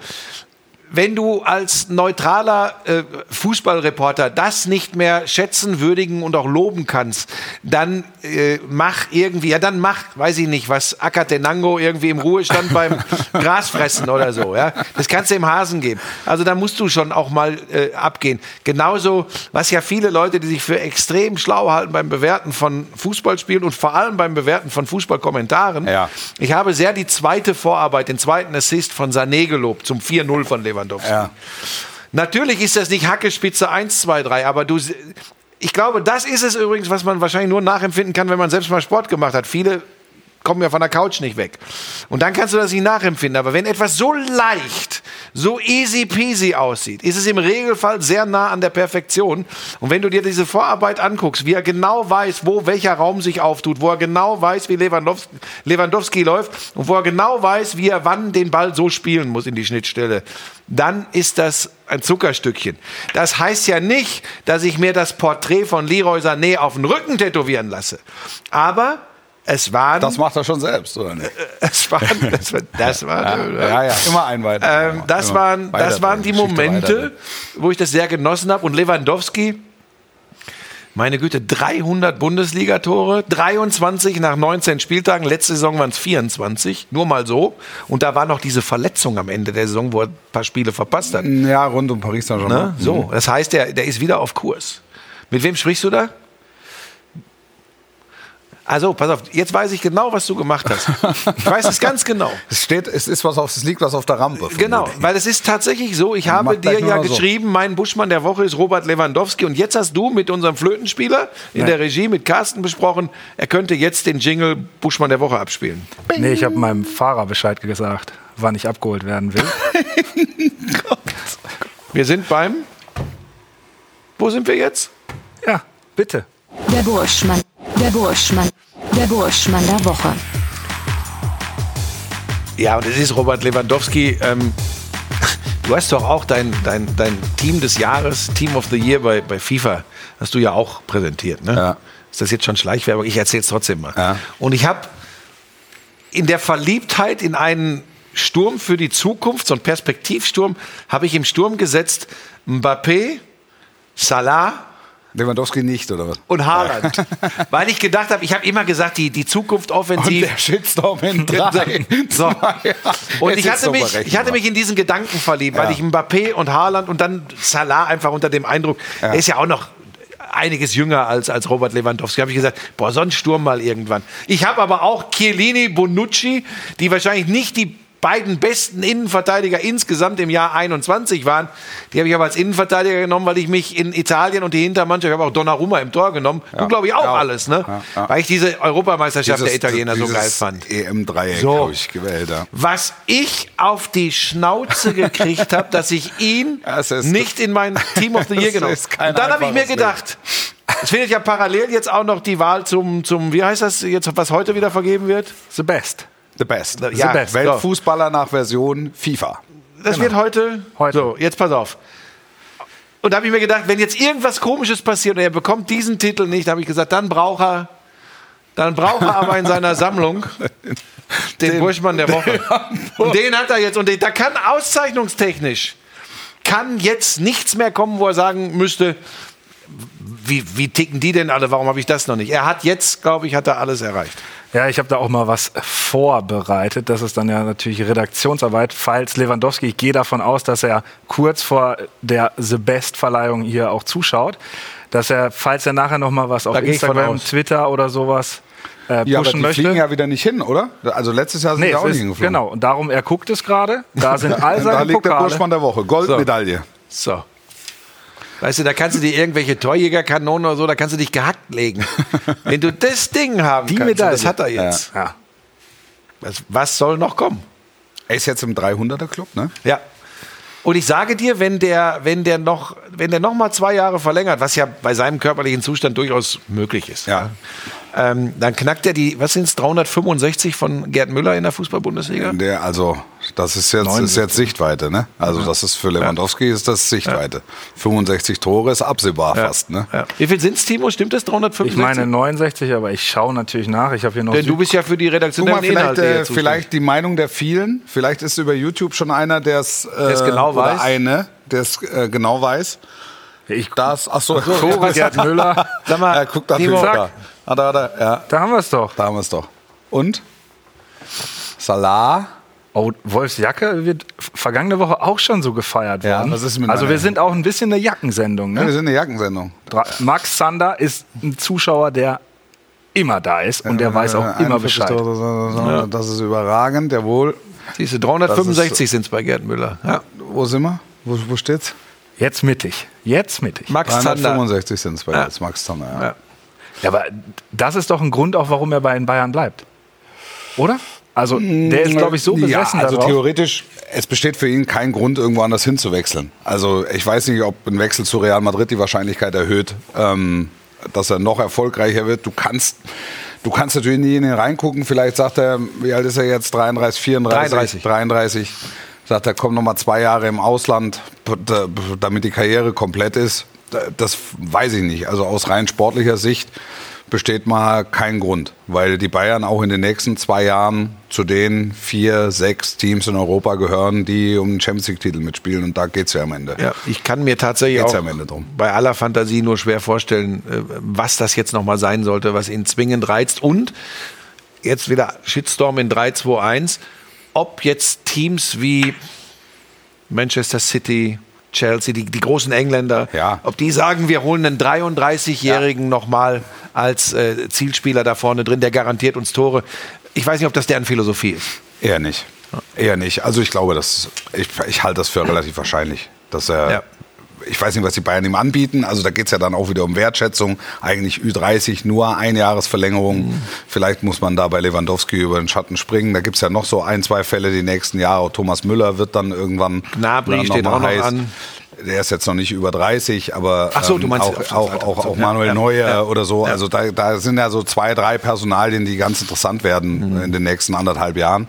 [SPEAKER 2] Wenn du als neutraler äh, Fußballreporter das nicht mehr schätzen, würdigen und auch loben kannst, dann äh, mach irgendwie, ja dann mach, weiß ich nicht, was Akatenango irgendwie im Ruhestand beim Grasfressen oder so. Ja? Das kannst du dem Hasen geben. Also da musst du schon auch mal äh, abgehen. Genauso, was ja viele Leute, die sich für extrem schlau halten beim Bewerten von Fußballspielen und vor allem beim Bewerten von Fußballkommentaren,
[SPEAKER 4] Ja.
[SPEAKER 2] ich habe sehr die zweite Vorarbeit, den zweiten Assist von Sané gelobt zum 4-0 von Lewandowski.
[SPEAKER 4] Ja.
[SPEAKER 2] Natürlich ist das nicht Hackespitze 1, 2, 3, aber du. se- Ich glaube, das ist es übrigens, was man wahrscheinlich nur nachempfinden kann, wenn man selbst mal Sport gemacht hat. Viele kommen ja von der Couch nicht weg. Und dann kannst du das nicht nachempfinden. Aber wenn etwas so leicht, so easy peasy aussieht, ist es im Regelfall sehr nah an der Perfektion. Und wenn du dir diese Vorarbeit anguckst, wie er genau weiß, wo welcher Raum sich auftut, wo er genau weiß, wie Lewandowski, Lewandowski läuft und wo er genau weiß, wie er wann den Ball so spielen muss in die Schnittstelle, dann ist das ein Zuckerstückchen. Das heißt ja nicht, dass ich mir das Porträt von Leroy Sané auf den Rücken tätowieren lasse. Aber es waren,
[SPEAKER 4] Das macht er schon selbst, oder nicht?
[SPEAKER 2] es waren, das war, das war,
[SPEAKER 4] Ja, ja, immer ein weiter.
[SPEAKER 2] Äh, ähm, das,
[SPEAKER 4] Immer
[SPEAKER 2] waren,
[SPEAKER 4] weiter
[SPEAKER 2] das waren
[SPEAKER 4] drin,
[SPEAKER 2] die
[SPEAKER 4] Geschichte weiter ne?
[SPEAKER 2] Momente,
[SPEAKER 4] drin.
[SPEAKER 2] wo ich das sehr genossen habe. Und Lewandowski, meine Güte, 300 Bundesligatore, 23 nach 19 Spieltagen. Letzte Saison waren es 24, nur mal so. Und da war noch diese Verletzung am Ende der Saison, wo er ein paar Spiele verpasst hat.
[SPEAKER 4] Ja, rund um Paris Saint-Germain.
[SPEAKER 2] Ne? So, das heißt, der, der ist wieder auf Kurs. Mit wem sprichst du da? Also, pass auf, jetzt weiß ich genau, was du gemacht hast. Ich weiß es ganz genau.
[SPEAKER 4] Es steht, es ist was auf, es liegt was auf der Rampe.
[SPEAKER 2] Genau,
[SPEAKER 4] vermutlich.
[SPEAKER 2] weil es ist tatsächlich so, ich habe
[SPEAKER 4] macht gleich
[SPEAKER 2] dir
[SPEAKER 4] nur
[SPEAKER 2] ja
[SPEAKER 4] noch so.
[SPEAKER 2] geschrieben, mein Buschmann der Woche ist Robert Lewandowski und jetzt hast du mit unserem Flötenspieler in der Regie mit Carsten besprochen, er könnte jetzt den Jingle Buschmann der Woche abspielen.
[SPEAKER 5] Nee, ich habe meinem Fahrer Bescheid gesagt, wann ich abgeholt werden will.
[SPEAKER 2] Wir sind beim Wo sind wir jetzt?
[SPEAKER 5] ja, bitte.
[SPEAKER 3] Der Burschmann. Der Burschmann. Der Burschmann der Woche.
[SPEAKER 2] Ja, und es ist Robert Lewandowski. Ähm, du hast doch auch dein, dein, dein Team des Jahres, Team of the Year bei, bei FIFA, hast du ja auch präsentiert. Ne?
[SPEAKER 4] Ja.
[SPEAKER 2] Ist das jetzt schon Schleichwerbung? Ich erzähle es trotzdem mal.
[SPEAKER 4] Ja.
[SPEAKER 2] Und ich habe in der Verliebtheit in einen Sturm für die Zukunft, so einen Perspektivsturm, habe ich im Sturm gesetzt Mbappé, Salah,
[SPEAKER 4] Lewandowski nicht, oder was?
[SPEAKER 2] und Haaland. Weil ich gedacht habe, ich habe immer gesagt, die, die Zukunft offensiv.
[SPEAKER 4] Und der Shitstorm in drei,
[SPEAKER 2] So.
[SPEAKER 4] zwei Jahren.
[SPEAKER 2] Und
[SPEAKER 4] Es
[SPEAKER 2] ich
[SPEAKER 4] ist
[SPEAKER 2] hatte,
[SPEAKER 4] doch
[SPEAKER 2] mich,
[SPEAKER 4] berechnet.
[SPEAKER 2] ich hatte mich in diesen Gedanken verliebt,
[SPEAKER 4] Ja.
[SPEAKER 2] weil ich Mbappé und Haaland und dann Salah einfach unter dem Eindruck, er ist ja auch noch einiges jünger als, als Robert Lewandowski, habe ich gesagt, boah, so ein Sturm mal irgendwann. Ich habe aber auch Chiellini, Bonucci, die wahrscheinlich nicht die beiden besten Innenverteidiger insgesamt im Jahr 21 waren. Die habe ich aber als Innenverteidiger genommen, weil ich mich in Italien und die Hintermannschaft, ich habe auch Donnarumma im Tor genommen, du glaube ich auch
[SPEAKER 4] Ja.
[SPEAKER 2] alles, ne?
[SPEAKER 4] Ja, ja.
[SPEAKER 2] Weil ich diese Europameisterschaft
[SPEAKER 4] Dieses-
[SPEAKER 2] der Italiener so
[SPEAKER 4] dieses
[SPEAKER 2] geil fand.
[SPEAKER 4] EM-Dreieck
[SPEAKER 2] So.
[SPEAKER 4] habe ich gewählt, ja.
[SPEAKER 2] Was ich auf die Schnauze gekriegt habe, dass ich ihn
[SPEAKER 4] Das ist-
[SPEAKER 2] nicht in mein Team of the Year
[SPEAKER 4] Das
[SPEAKER 2] genommen
[SPEAKER 4] ist kein
[SPEAKER 2] habe. Und dann habe ich mir
[SPEAKER 4] einfaches
[SPEAKER 2] gedacht, es findet ja parallel jetzt auch noch die Wahl zum, zum wie heißt das jetzt, was heute wieder vergeben wird?
[SPEAKER 5] The best.
[SPEAKER 4] The best.
[SPEAKER 2] Ja,
[SPEAKER 5] best.
[SPEAKER 4] Weltfußballer nach Version FIFA.
[SPEAKER 2] Das wird Genau. heute.
[SPEAKER 5] Heute.
[SPEAKER 2] So, jetzt pass auf. Und da habe ich mir gedacht, wenn jetzt irgendwas Komisches passiert und er bekommt diesen Titel nicht, habe ich gesagt, dann braucht er, dann braucht er aber in seiner Sammlung den, Burschmann der Woche. Und den hat er jetzt. Und den, da kann auszeichnungstechnisch kann jetzt nichts mehr kommen, wo er sagen müsste, wie, wie ticken die denn alle? Warum habe ich das noch nicht? Er hat jetzt, glaube ich, hat er alles erreicht.
[SPEAKER 5] Ja, ich habe da auch mal was vorbereitet. Das ist dann ja natürlich Redaktionsarbeit. Falls Lewandowski, ich gehe davon aus, dass er kurz vor der The Best-Verleihung hier auch zuschaut, dass er, falls er nachher noch mal was auf
[SPEAKER 2] Da gehe ich von
[SPEAKER 5] Instagram,
[SPEAKER 2] aus.
[SPEAKER 5] Twitter oder sowas äh,
[SPEAKER 4] Ja, aber die
[SPEAKER 5] pushen möchte.
[SPEAKER 4] fliegen ja wieder nicht hin, oder? Also letztes Jahr sind
[SPEAKER 5] Nee,
[SPEAKER 4] die
[SPEAKER 5] es
[SPEAKER 4] auch nicht
[SPEAKER 5] ist,
[SPEAKER 4] hingeflogen.
[SPEAKER 5] genau. Und darum, er guckt es gerade. Da sind all
[SPEAKER 4] Und da
[SPEAKER 5] seine
[SPEAKER 4] liegt der
[SPEAKER 5] Pokale.
[SPEAKER 4] Burschmann der Woche. Goldmedaille.
[SPEAKER 2] So. Weißt du, da kannst du dir irgendwelche Torjägerkanonen oder so, da kannst du dich gehackt legen. Wenn du das Ding haben
[SPEAKER 5] Die
[SPEAKER 2] kannst, und
[SPEAKER 5] Medaille.
[SPEAKER 2] das hat er jetzt.
[SPEAKER 5] Ja.
[SPEAKER 2] Was, was soll noch kommen?
[SPEAKER 4] Er ist jetzt im 300er-Club, ne?
[SPEAKER 2] Ja. Und ich sage dir, wenn der, wenn der noch, wenn der noch mal zwei Jahre verlängert, was ja bei seinem körperlichen Zustand durchaus möglich ist,
[SPEAKER 4] Ja.
[SPEAKER 2] ähm, dann knackt er die, was sind es, 365 von Gerd Müller in der Fußball-Bundesliga?
[SPEAKER 4] Der, also, das ist jetzt, ist jetzt Sichtweite, ne? Also, das ist für Lewandowski ist das Sichtweite. 65 Tore ist absehbar fast, ne?
[SPEAKER 2] Ja. Wie viel sind es, Timo? Stimmt das? 365?
[SPEAKER 5] Ich meine 69, aber ich schaue natürlich nach. Ich habe hier noch.
[SPEAKER 2] Denn du bist ja für die
[SPEAKER 4] Guck mal,
[SPEAKER 2] redaktionellen
[SPEAKER 4] vielleicht,
[SPEAKER 2] Inhalte hier
[SPEAKER 4] äh,
[SPEAKER 2] zuständig.
[SPEAKER 4] vielleicht die Meinung der vielen. Vielleicht ist über YouTube schon einer, der es
[SPEAKER 2] es genau
[SPEAKER 4] oder
[SPEAKER 2] weiß.
[SPEAKER 4] eine, der es äh, genau weiß.
[SPEAKER 5] ich
[SPEAKER 4] Das, ach so,
[SPEAKER 5] Tore, Gerd Müller.
[SPEAKER 2] Sag mal,
[SPEAKER 4] er guckt natürlich
[SPEAKER 2] Timo,
[SPEAKER 4] da. Ah, da, da, ja,
[SPEAKER 5] Da haben wir es doch.
[SPEAKER 4] da haben wir es doch. Und? Salah. ne?
[SPEAKER 5] Oh, Wolfs Jacke wird vergangene Woche auch schon so gefeiert
[SPEAKER 4] Ja,
[SPEAKER 5] worden.
[SPEAKER 4] was ist mit
[SPEAKER 5] also wir
[SPEAKER 4] meiner-
[SPEAKER 5] sind auch ein bisschen eine Jackensendung.
[SPEAKER 4] Ja, wir
[SPEAKER 5] Ne?
[SPEAKER 4] sind eine Jackensendung.
[SPEAKER 5] Dra- Max Sander ist ein Zuschauer, der immer da ist und der weiß auch
[SPEAKER 4] Äh,
[SPEAKER 5] immer
[SPEAKER 4] 41
[SPEAKER 5] Bescheid.
[SPEAKER 4] Tore, so, so, so, Das ist überragend, jawohl.
[SPEAKER 2] Siehst du, 365 sind es bei Gerd Müller. Ja.
[SPEAKER 4] Wo sind wir? Wo, wo steht's?
[SPEAKER 5] Jetzt mittig. Jetzt mittig.
[SPEAKER 2] Max Zander.
[SPEAKER 4] 365 sind es bei
[SPEAKER 2] Ja.
[SPEAKER 4] jetzt, Max Tanner. Ja.
[SPEAKER 2] Ja.
[SPEAKER 5] Ja, aber das ist doch ein Grund auch, warum er bei den Bayern bleibt. Oder? Also der ist, glaube ich, so besessen
[SPEAKER 4] Hm, Ja, also
[SPEAKER 5] darauf.
[SPEAKER 4] theoretisch, es besteht für ihn kein Grund, irgendwo anders hinzuwechseln. Also ich weiß nicht, ob ein Wechsel zu Real Madrid die Wahrscheinlichkeit erhöht, ähm, dass er noch erfolgreicher wird. Du kannst, du kannst natürlich nie in ihn reingucken. Vielleicht sagt er, wie alt ist er jetzt? 33, 34?
[SPEAKER 2] 33.
[SPEAKER 4] 33. Sagt er, komm noch mal zwei Jahre im Ausland, p- d- p- damit die Karriere komplett ist. D- Das weiß ich nicht. Also aus rein sportlicher Sicht besteht mal kein Grund, weil die Bayern auch in den nächsten zwei Jahren zu den vier, sechs Teams in Europa gehören, die um den Champions League-Titel mitspielen. Und da geht's ja am Ende.
[SPEAKER 2] Ja, ich kann mir tatsächlich
[SPEAKER 4] Geht's
[SPEAKER 2] auch
[SPEAKER 4] am Ende drum.
[SPEAKER 2] bei aller Fantasie nur schwer vorstellen, äh, was das jetzt nochmal sein sollte, was ihn zwingend reizt. Und jetzt wieder Shitstorm in 3, 2, 1. Ob jetzt Teams wie Manchester City, Chelsea, die, die großen Engländer,
[SPEAKER 4] Ja.
[SPEAKER 2] ob die sagen, wir holen einen 33-Jährigen nochmal als äh, Zielspieler da vorne drin, der garantiert uns Tore. Ich weiß nicht, ob das deren Philosophie ist.
[SPEAKER 4] Eher nicht. Eher nicht. Also ich glaube, das, ich, ich halte das für relativ wahrscheinlich, dass er.
[SPEAKER 2] Ja.
[SPEAKER 4] Ich weiß nicht, was die Bayern ihm anbieten. Also da geht es ja dann auch wieder um Wertschätzung. Eigentlich Ü30, nur Einjahresverlängerung.
[SPEAKER 2] Mhm.
[SPEAKER 4] Vielleicht muss man da bei Lewandowski über den Schatten springen. Da gibt es ja noch so ein, zwei Fälle die nächsten Jahre. Thomas Müller wird dann irgendwann.
[SPEAKER 2] Gnabry
[SPEAKER 4] dann
[SPEAKER 2] steht
[SPEAKER 4] mal
[SPEAKER 2] auch noch an.
[SPEAKER 4] Der ist jetzt noch nicht über 30, aber ähm,
[SPEAKER 2] Ach so, du meinst- also
[SPEAKER 4] auch, auch, auch, auch Manuel
[SPEAKER 2] Ja,
[SPEAKER 4] Neuer
[SPEAKER 2] ja.
[SPEAKER 4] oder so. Also da, da sind ja so zwei, drei Personalien, die ganz interessant werden
[SPEAKER 2] Mhm.
[SPEAKER 4] in den nächsten anderthalb Jahren.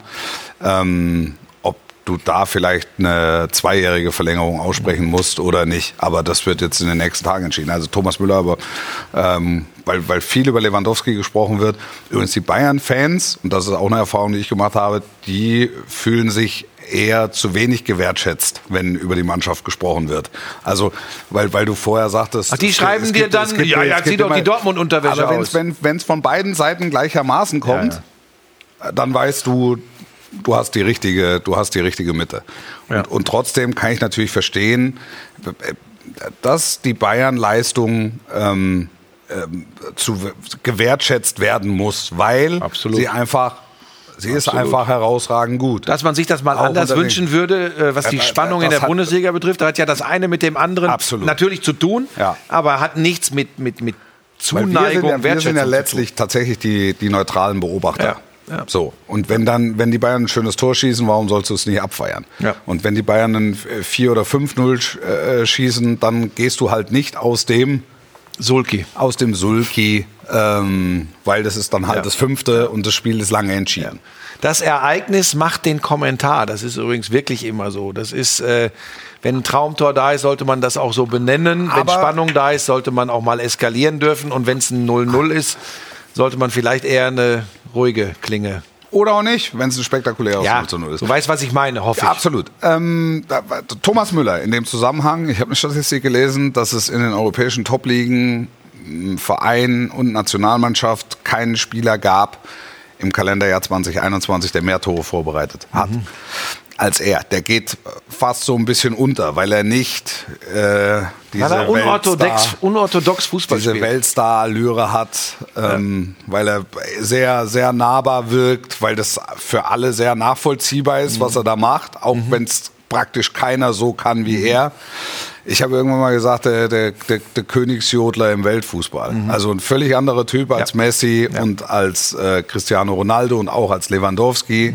[SPEAKER 4] Ähm, ob du da vielleicht eine zweijährige Verlängerung aussprechen
[SPEAKER 2] Mhm.
[SPEAKER 4] musst oder nicht, aber das wird jetzt in den nächsten Tagen entschieden. Also Thomas Müller, aber ähm, weil, weil viel über Lewandowski gesprochen wird. Übrigens die Bayern-Fans, und das ist auch eine Erfahrung, die ich gemacht habe, die fühlen sich eher zu wenig gewertschätzt, wenn über die Mannschaft gesprochen wird. Also, weil, weil du vorher sagtest...
[SPEAKER 2] Ach, die
[SPEAKER 4] es gibt-
[SPEAKER 2] schreiben
[SPEAKER 4] es
[SPEAKER 2] dir
[SPEAKER 4] gibt-
[SPEAKER 2] dann,
[SPEAKER 4] es gibt-
[SPEAKER 2] ja,
[SPEAKER 4] es
[SPEAKER 2] ja,
[SPEAKER 4] gibt
[SPEAKER 2] zieh doch
[SPEAKER 4] immer-
[SPEAKER 2] die Dortmund-Unterwäsche
[SPEAKER 4] Aber wenn's,
[SPEAKER 2] aus.
[SPEAKER 4] wenn wenn es von beiden Seiten gleichermaßen kommt, dann weißt du, du hast die richtige, du hast die richtige Mitte.
[SPEAKER 2] Ja.
[SPEAKER 4] Und, und trotzdem kann ich natürlich verstehen, dass die Bayern Leistung ähm, ähm, zu gewertschätzt werden muss, weil
[SPEAKER 2] Absolut.
[SPEAKER 4] sie einfach, sie ist einfach herausragend gut.
[SPEAKER 2] Dass man sich das mal
[SPEAKER 4] Auch
[SPEAKER 2] anders
[SPEAKER 4] unterwegs.
[SPEAKER 2] wünschen würde, äh, was
[SPEAKER 4] Ja,
[SPEAKER 2] die
[SPEAKER 4] da-
[SPEAKER 2] Spannung
[SPEAKER 4] das
[SPEAKER 2] in der
[SPEAKER 4] hat-
[SPEAKER 2] Bundesliga betrifft, da hat ja das eine mit dem anderen
[SPEAKER 4] Absolut.
[SPEAKER 2] natürlich zu tun,
[SPEAKER 4] Ja.
[SPEAKER 2] aber hat nichts mit, mit, mit
[SPEAKER 4] Weil
[SPEAKER 2] Zuneigung,
[SPEAKER 4] wir sind ja, wir sind
[SPEAKER 2] Wertschätzung
[SPEAKER 4] ja
[SPEAKER 2] zu tun.
[SPEAKER 4] letztlich tatsächlich die, die neutralen Beobachter.
[SPEAKER 2] Ja, ja.
[SPEAKER 4] So. Und wenn dann, wenn die Bayern ein schönes Tor schießen, warum sollst du es nicht abfeiern?
[SPEAKER 2] Ja.
[SPEAKER 4] Und wenn die Bayern ein 4 oder 5-0 sch- äh, schießen, dann gehst du halt nicht aus dem,
[SPEAKER 2] Sulki.
[SPEAKER 4] aus dem Sulki, ähm, weil das ist dann halt
[SPEAKER 2] Ja.
[SPEAKER 4] das fünfte und das Spiel ist lange entschieden.
[SPEAKER 2] Das Ereignis macht den Kommentar. Das ist übrigens wirklich immer so. Das ist, äh, wenn ein Traumtor da ist, sollte man das auch so benennen. wenn
[SPEAKER 4] Aber-
[SPEAKER 2] Spannung da ist, sollte man auch mal eskalieren dürfen. Und wenn es ein 0-0 ist, sollte man vielleicht eher eine ruhige Klinge.
[SPEAKER 4] Oder auch nicht, wenn es ein spektakuläres 0 zu 0 ist.
[SPEAKER 2] du weißt, was ich meine, hoffe ich.
[SPEAKER 4] Ja, absolut. Ähm, da, war- Thomas Müller in dem Zusammenhang, ich habe eine Statistik gelesen, dass es in den europäischen Top-Ligen, m, Verein und Nationalmannschaft keinen Spieler gab im Kalenderjahr 2021, der mehr Tore vorbereitet hat.
[SPEAKER 2] Mhm.
[SPEAKER 4] Als er. Der geht fast so ein bisschen unter, weil er nicht äh, diese
[SPEAKER 2] Weil er unorthodox,
[SPEAKER 4] Weltstar-
[SPEAKER 2] unorthodox Fußball
[SPEAKER 4] diese
[SPEAKER 2] spielt.
[SPEAKER 4] Weltstar-Allüre hat, ähm, weil er sehr, sehr nahbar wirkt, weil das für alle sehr nachvollziehbar ist, was er
[SPEAKER 2] Mhm.
[SPEAKER 4] da macht, auch wenn es praktisch keiner so kann wie er. Ich habe irgendwann mal gesagt, der, der, der, der Königsjodler im Weltfußball. Also ein völlig anderer Typ als
[SPEAKER 2] Mhm. Ja.
[SPEAKER 4] Messi und als äh, Cristiano Ronaldo und auch als Lewandowski.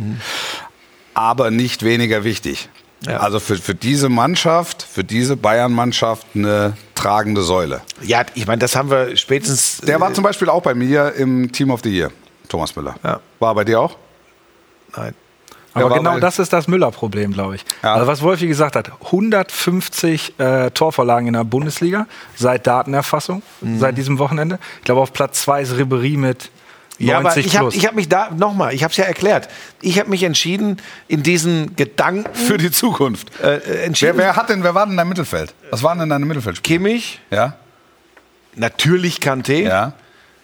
[SPEAKER 4] aber nicht weniger wichtig.
[SPEAKER 2] Mhm. Ja.
[SPEAKER 4] Also für, für diese Mannschaft, für diese Bayern-Mannschaft eine tragende Säule.
[SPEAKER 2] Ja, ich meine, das haben wir spätestens.
[SPEAKER 4] Der war zum Beispiel auch bei mir im Team of the Year, Thomas Müller.
[SPEAKER 2] Ja.
[SPEAKER 4] War er bei dir auch?
[SPEAKER 2] Nein.
[SPEAKER 5] Aber
[SPEAKER 4] war
[SPEAKER 5] genau
[SPEAKER 4] bei-
[SPEAKER 5] das ist das Müller-Problem, glaube ich.
[SPEAKER 4] Ja.
[SPEAKER 5] Also was Wolfi gesagt hat, 150 äh, Torvorlagen in der Bundesliga seit Datenerfassung, seit diesem Wochenende. Ich glaube, auf Platz 2 ist Ribéry mit 90
[SPEAKER 2] Ja, aber ich habe
[SPEAKER 5] plus.
[SPEAKER 2] ich hab mich da, nochmal, ich habe es ja erklärt, ich habe mich entschieden, in diesen Gedanken
[SPEAKER 4] Für die Zukunft.
[SPEAKER 2] äh, äh, entschieden,
[SPEAKER 4] Wer, wer, hat denn, wer war denn dein Mittelfeld? Was waren denn deine Mittelfeldspieler?
[SPEAKER 2] Kimmich,
[SPEAKER 4] Ja,
[SPEAKER 2] natürlich Kanté
[SPEAKER 4] ja.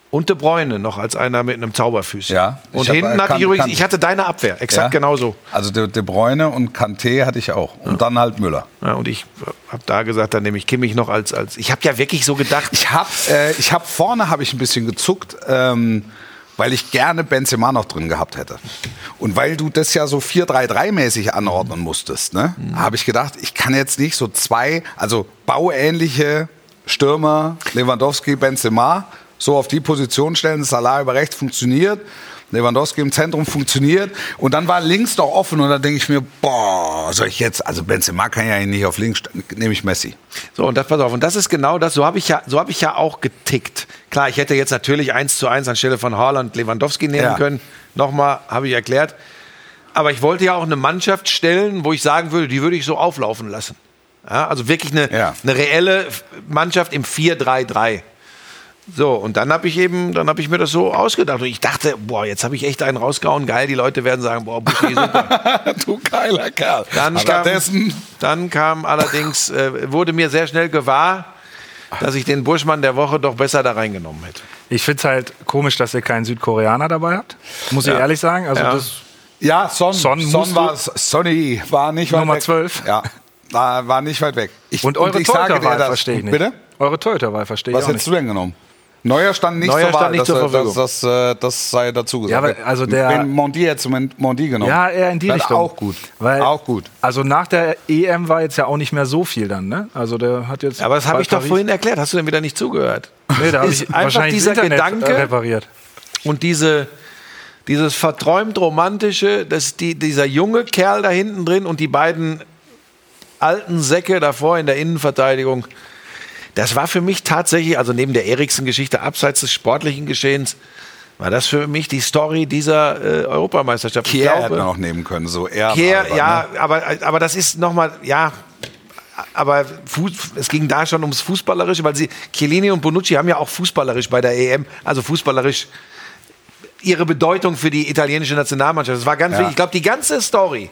[SPEAKER 2] und De Bruyne noch als einer mit einem Zauberfüßchen.
[SPEAKER 4] Ja, ich
[SPEAKER 2] und
[SPEAKER 4] hab, äh,
[SPEAKER 2] hinten hatte
[SPEAKER 4] Kan-
[SPEAKER 2] ich übrigens,
[SPEAKER 4] Kan-
[SPEAKER 2] ich hatte deine Abwehr, exakt
[SPEAKER 4] ja.
[SPEAKER 2] genauso.
[SPEAKER 4] Also De, De Bruyne und Kanté hatte ich auch. Und dann halt Müller.
[SPEAKER 2] Ja, und ich habe da gesagt, dann nehme ich Kimmich noch als, als ich habe ja wirklich so gedacht,
[SPEAKER 4] Ich habe äh, ich hab vorne habe ich ein bisschen gezuckt, ähm, weil ich gerne Benzema noch drin gehabt hätte. Und weil du das ja so 4-3-3-mäßig anordnen musstest, ne, habe ich gedacht, ich kann jetzt nicht so zwei, also bauähnliche Stürmer, Lewandowski, Benzema, so auf die Position stellen, Salah über rechts funktioniert. Lewandowski im Zentrum funktioniert und dann war links noch offen und dann denke ich mir, boah, soll ich jetzt, also Benzema kann ja nicht auf links, stellen, nehme ich Messi.
[SPEAKER 2] So, und das, pass auf, und das ist genau das, so habe ich, ja, so hab ich ja auch getickt. Klar, ich hätte jetzt natürlich 1 zu 1 anstelle von Haaland Lewandowski nehmen
[SPEAKER 4] Ja.
[SPEAKER 2] können. Nochmal, habe ich erklärt. Aber ich wollte ja auch eine Mannschaft stellen, wo ich sagen würde, die würde ich so auflaufen lassen. Ja, also wirklich eine,
[SPEAKER 4] Ja.
[SPEAKER 2] eine reelle Mannschaft im 4-3-3. So, und dann habe ich eben, dann habe ich mir das so ausgedacht. Und ich dachte, boah, jetzt habe ich echt einen rausgehauen, geil, die Leute werden sagen, boah, Buschi, super.
[SPEAKER 4] du geiler Kerl.
[SPEAKER 2] Dann kam,
[SPEAKER 4] Stattdessen
[SPEAKER 2] dann kam allerdings, äh, wurde mir sehr schnell gewahr, dass ich den Burschmann der Woche doch besser da reingenommen hätte.
[SPEAKER 5] Ich finde es halt komisch, dass ihr keinen Südkoreaner dabei habt. Muss ich ehrlich sagen. Also
[SPEAKER 2] Ja.
[SPEAKER 5] das,
[SPEAKER 4] Ja, Son.
[SPEAKER 5] Son
[SPEAKER 4] Son,
[SPEAKER 5] musst du-
[SPEAKER 4] war Sonny war nicht weit
[SPEAKER 5] Nummer
[SPEAKER 4] weg.
[SPEAKER 5] 12.
[SPEAKER 4] Ja, war, war nicht weit weg. Ich,
[SPEAKER 5] und eure
[SPEAKER 4] ich sage dir
[SPEAKER 5] Torhüterwahl
[SPEAKER 4] das-
[SPEAKER 5] verstehe ich nicht.
[SPEAKER 4] Bitte?
[SPEAKER 5] Eure Torhüterwahl verstehe ich
[SPEAKER 4] Was
[SPEAKER 5] auch
[SPEAKER 4] hättest
[SPEAKER 5] nicht.
[SPEAKER 4] du denn genommen? Neuer stand nicht
[SPEAKER 2] Neuer
[SPEAKER 4] zur
[SPEAKER 2] stand
[SPEAKER 4] Wahl.
[SPEAKER 2] nicht
[SPEAKER 4] das,
[SPEAKER 2] zur
[SPEAKER 4] das-
[SPEAKER 2] Verfügung.
[SPEAKER 4] Das, das, äh, das sei dazu gesagt.
[SPEAKER 5] aber also der-
[SPEAKER 4] Wenn Mondi jetzt Mondi genommen.
[SPEAKER 5] Ja, eher in die
[SPEAKER 4] Wäre
[SPEAKER 5] Richtung.
[SPEAKER 4] Auch gut.
[SPEAKER 5] Weil,
[SPEAKER 4] auch gut.
[SPEAKER 5] Also nach der EM war jetzt ja auch nicht mehr so viel dann, ne? Also der hat jetzt.
[SPEAKER 2] Aber das
[SPEAKER 5] bei
[SPEAKER 2] habe ich doch
[SPEAKER 5] Paris-
[SPEAKER 2] vorhin erklärt. Hast du denn wieder nicht zugehört?
[SPEAKER 5] Nee, da habe
[SPEAKER 2] Ist
[SPEAKER 5] ich
[SPEAKER 2] einfach
[SPEAKER 5] wahrscheinlich
[SPEAKER 2] dieser
[SPEAKER 5] das Internet
[SPEAKER 2] Gedanke-
[SPEAKER 5] äh, repariert.
[SPEAKER 2] Und diese, dieses verträumt romantische, dass die, dieser junge Kerl da hinten drin und die beiden alten Säcke davor in der Innenverteidigung, das war für mich tatsächlich, also neben der Eriksen-Geschichte abseits des sportlichen Geschehens, war das für mich die Story dieser äh, Europameisterschaft. Ich
[SPEAKER 4] Kehr
[SPEAKER 2] glaube-
[SPEAKER 4] hätte man auch nehmen können. So eher.
[SPEAKER 2] Kehr,
[SPEAKER 4] ne?
[SPEAKER 2] ja, aber, aber das ist nochmal, ja, aber Fuß, es ging da schon ums Fußballerische, weil sie, Chiellini und Bonucci haben ja auch fußballerisch bei der EM, also fußballerisch, ihre Bedeutung für die italienische Nationalmannschaft. Das war ganz
[SPEAKER 4] Ja.
[SPEAKER 2] wichtig. Ich glaube, die ganze Story,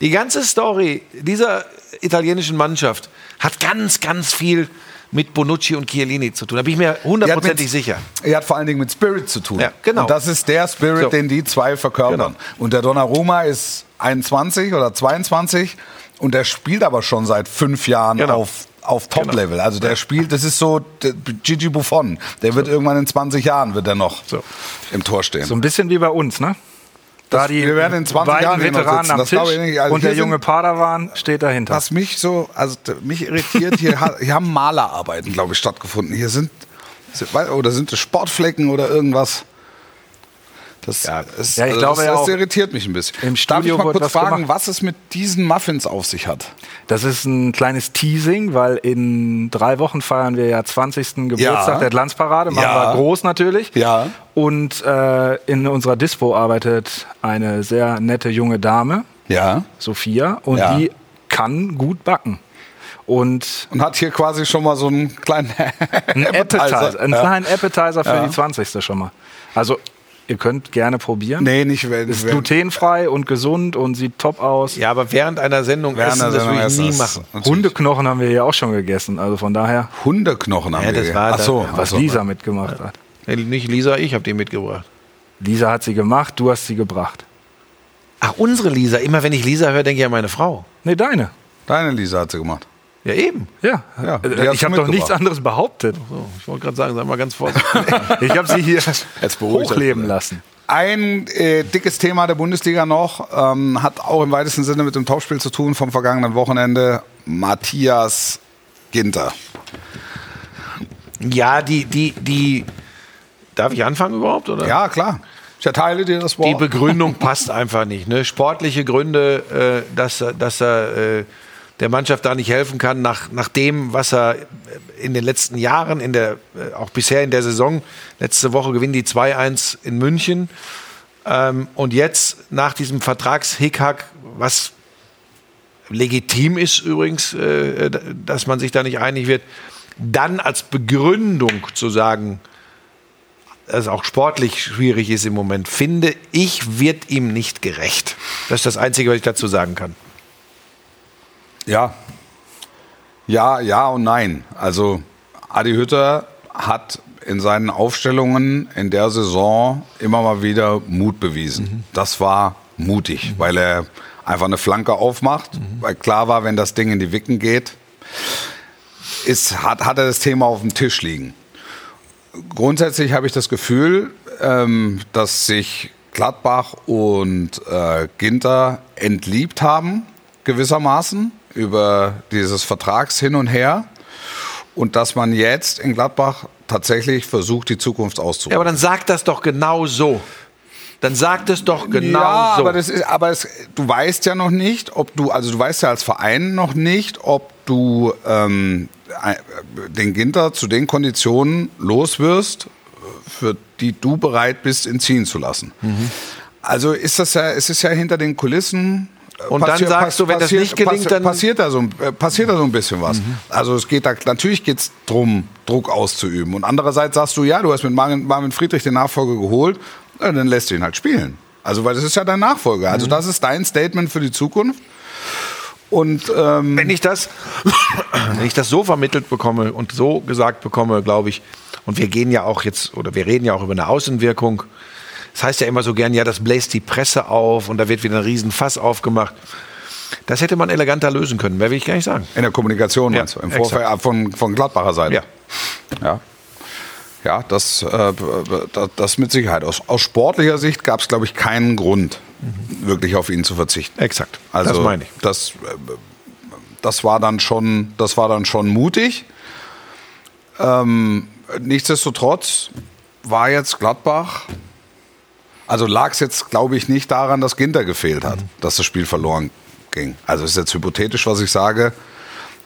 [SPEAKER 2] die ganze Story dieser italienischen Mannschaft hat ganz, ganz viel mit Bonucci und Chiellini zu tun. Da bin ich mir hundertprozentig sicher.
[SPEAKER 4] Er hat vor allen Dingen mit Spirit zu tun.
[SPEAKER 2] Ja, genau.
[SPEAKER 4] Und das ist der Spirit,
[SPEAKER 2] So.
[SPEAKER 4] den die zwei verkörpern.
[SPEAKER 2] Genau.
[SPEAKER 4] Und der Donnarumma ist 21 oder 22 und der spielt aber schon seit fünf Jahren
[SPEAKER 2] Genau.
[SPEAKER 4] auf, auf Top-Level. Also der spielt, das ist so der Gigi Buffon. Der wird irgendwann in 20 Jahren wird er noch
[SPEAKER 2] So.
[SPEAKER 4] im Tor stehen.
[SPEAKER 5] So ein bisschen wie bei uns, ne? Da
[SPEAKER 4] Das-
[SPEAKER 5] die
[SPEAKER 4] wir werden in 20
[SPEAKER 5] beiden
[SPEAKER 4] Jahren hier noch
[SPEAKER 5] Veteranen
[SPEAKER 4] sitzen,
[SPEAKER 5] am
[SPEAKER 4] das
[SPEAKER 5] Tisch
[SPEAKER 4] glaube ich nicht. Also
[SPEAKER 5] und
[SPEAKER 4] wir
[SPEAKER 5] der junge
[SPEAKER 4] sind-
[SPEAKER 5] Padawan steht dahinter.
[SPEAKER 4] Was mich so, also d- mich irritiert, hier, ha- hier haben Malerarbeiten, glaube ich, stattgefunden. Hier sind, sind wei- oder sind es Sportflecken oder irgendwas? Das, ist,
[SPEAKER 5] Ja, ich
[SPEAKER 4] also
[SPEAKER 5] glaube
[SPEAKER 4] das,
[SPEAKER 5] ja
[SPEAKER 4] das
[SPEAKER 5] auch.
[SPEAKER 4] irritiert mich ein bisschen.
[SPEAKER 5] Im
[SPEAKER 4] Darf ich
[SPEAKER 5] Studio
[SPEAKER 4] mal
[SPEAKER 5] wurde
[SPEAKER 4] kurz
[SPEAKER 5] was
[SPEAKER 4] fragen,
[SPEAKER 5] gemacht.
[SPEAKER 4] was es mit diesen Muffins auf sich hat?
[SPEAKER 5] Das ist ein kleines Teasing, weil in drei Wochen feiern wir ja 20. Geburtstag der Glanzparade. Machen
[SPEAKER 4] Ja.
[SPEAKER 5] wir groß natürlich.
[SPEAKER 4] Ja.
[SPEAKER 5] Und äh, in unserer Dispo arbeitet eine sehr nette junge Dame,
[SPEAKER 4] Ja.
[SPEAKER 5] Sophia, und
[SPEAKER 4] Ja.
[SPEAKER 5] die kann gut backen. Und
[SPEAKER 4] Und hat hier quasi schon mal so einen kleinen
[SPEAKER 5] einen Appetizer, einen
[SPEAKER 4] Ja.
[SPEAKER 5] kleinen Appetizer für
[SPEAKER 4] Ja.
[SPEAKER 5] die 20. schon mal. Also, ihr könnt gerne probieren.
[SPEAKER 4] Nee, nicht wenn.
[SPEAKER 5] Ist
[SPEAKER 4] wenn-
[SPEAKER 5] glutenfrei und gesund und sieht top aus.
[SPEAKER 2] Ja, aber während einer Sendung
[SPEAKER 4] während
[SPEAKER 2] essen,
[SPEAKER 4] der
[SPEAKER 2] das
[SPEAKER 4] Sendung
[SPEAKER 2] würde ich
[SPEAKER 4] essen,
[SPEAKER 2] nie
[SPEAKER 4] das-
[SPEAKER 2] machen.
[SPEAKER 4] natürlich.
[SPEAKER 5] Hundeknochen haben wir ja auch schon gegessen. Also von daher,
[SPEAKER 4] Hundeknochen haben
[SPEAKER 2] Ja,
[SPEAKER 4] wir
[SPEAKER 2] das
[SPEAKER 4] hier.
[SPEAKER 2] war
[SPEAKER 4] Ach so,
[SPEAKER 2] da-
[SPEAKER 4] ach
[SPEAKER 5] was
[SPEAKER 4] so.
[SPEAKER 5] Lisa mitgemacht hat.
[SPEAKER 2] Nicht Lisa, ich habe die mitgebracht.
[SPEAKER 5] Lisa hat sie gemacht, du hast sie gebracht.
[SPEAKER 2] Ach, unsere Lisa. Immer wenn ich Lisa höre, denke ich an meine Frau.
[SPEAKER 5] Nee, deine.
[SPEAKER 4] Deine Lisa hat sie gemacht.
[SPEAKER 2] Ja, eben.
[SPEAKER 5] Ja.
[SPEAKER 4] Ja, die
[SPEAKER 5] Äh,
[SPEAKER 4] hast
[SPEAKER 5] ich
[SPEAKER 4] du
[SPEAKER 5] habe doch
[SPEAKER 4] mitgebracht.
[SPEAKER 5] nichts anderes behauptet.
[SPEAKER 2] So, ich wollte gerade sagen, sei mal ganz vorsichtig.
[SPEAKER 5] Ich habe sie hier
[SPEAKER 4] beruhigt das
[SPEAKER 5] hochleben lassen.
[SPEAKER 4] Ein äh, dickes Thema der Bundesliga noch, ähm, hat auch im weitesten Sinne mit dem Topspiel zu tun vom vergangenen Wochenende. Matthias Ginter.
[SPEAKER 2] ja, die, die, die. Darf ich anfangen überhaupt? Oder?
[SPEAKER 4] Ja, klar. Ich erteile dir das Wort.
[SPEAKER 2] Die Begründung passt einfach nicht. Ne? Sportliche Gründe, äh, dass, er- dass er äh, der Mannschaft da nicht helfen kann, nach, nach dem, was er in den letzten Jahren, in der, äh, auch bisher in der Saison, letzte Woche gewinnen die 2-1 in München. Ähm, und jetzt nach diesem Vertragshickhack, was legitim ist übrigens, äh, d- dass man sich da nicht einig wird, dann als Begründung zu sagen, dass es auch sportlich schwierig ist im Moment, finde ich, wird ihm nicht gerecht. Das ist das Einzige, was ich dazu sagen kann.
[SPEAKER 4] Ja. Ja, ja und nein. Also Adi Hütter hat in seinen Aufstellungen in der Saison immer mal wieder Mut bewiesen.
[SPEAKER 2] Mhm.
[SPEAKER 4] Das war mutig, weil er einfach eine Flanke aufmacht,
[SPEAKER 2] Mhm.
[SPEAKER 4] weil klar war, wenn das Ding in die Wicken geht, ist, hat, hat er das Thema auf dem Tisch liegen. Grundsätzlich habe ich das Gefühl, ähm, dass sich Gladbach und äh, Ginter entliebt haben, gewissermaßen, über dieses Vertrags hin und her. Und dass man jetzt in Gladbach tatsächlich versucht, die Zukunft
[SPEAKER 2] Ja, aber
[SPEAKER 4] auszubauen.
[SPEAKER 2] dann sagt das doch genau so. Dann sagt es doch genau so.
[SPEAKER 4] aber, das ist, aber es, du weißt ja noch nicht, ob du, also du weißt ja als Verein noch nicht, ob du ähm, ein- den Ginter zu den Konditionen loswirst, für die du bereit bist, ihn ziehen zu lassen. Also ist das ja, es ist ja hinter den Kulissen. äh,
[SPEAKER 2] Und dann
[SPEAKER 4] passier-
[SPEAKER 2] sagst
[SPEAKER 4] pass-
[SPEAKER 2] du, wenn das
[SPEAKER 4] passier-
[SPEAKER 2] nicht gelingt,
[SPEAKER 4] pass-
[SPEAKER 2] dann- Mhm.
[SPEAKER 4] passiert da so, ein- äh, passiert da so ein bisschen was. Also es geht da, natürlich geht es darum, Druck auszuüben. Und andererseits sagst du, ja, du hast mit Marvin, Marvin Friedrich den Nachfolger geholt, na, dann lässt du ihn halt spielen. Also weil das ist ja dein Nachfolger.
[SPEAKER 2] Mhm.
[SPEAKER 4] Also das ist dein Statement für die Zukunft. Und ähm,
[SPEAKER 2] wenn ich das, wenn ich das so vermittelt bekomme und so gesagt bekomme, glaube ich, und wir gehen ja auch jetzt oder wir reden ja auch über eine Außenwirkung. Das heißt ja immer so gern, ja, das bläst die Presse auf und da wird wieder ein Riesenfass aufgemacht. Das hätte man eleganter lösen können. Mehr will ich gar nicht sagen.
[SPEAKER 4] in der Kommunikation,
[SPEAKER 2] Ja,
[SPEAKER 4] meinst du, im
[SPEAKER 2] exakt.
[SPEAKER 4] Vorfeld ah, von, von Gladbacher Seite.
[SPEAKER 2] Ja.
[SPEAKER 4] Ja. Ja, das, äh, b- b- da- das mit Sicherheit. Aus, aus sportlicher Sicht gab es, glaube ich, keinen Grund, wirklich auf ihn zu verzichten.
[SPEAKER 2] Exakt.
[SPEAKER 4] Also
[SPEAKER 2] das meine ich.
[SPEAKER 4] Das, äh, das war dann schon, das war dann schon mutig. Ähm, nichtsdestotrotz war jetzt Gladbach. Also lag es jetzt, glaube ich, nicht daran, dass Ginter gefehlt
[SPEAKER 2] Mhm.
[SPEAKER 4] hat, dass das Spiel verloren ging. Also ist jetzt hypothetisch, was ich sage.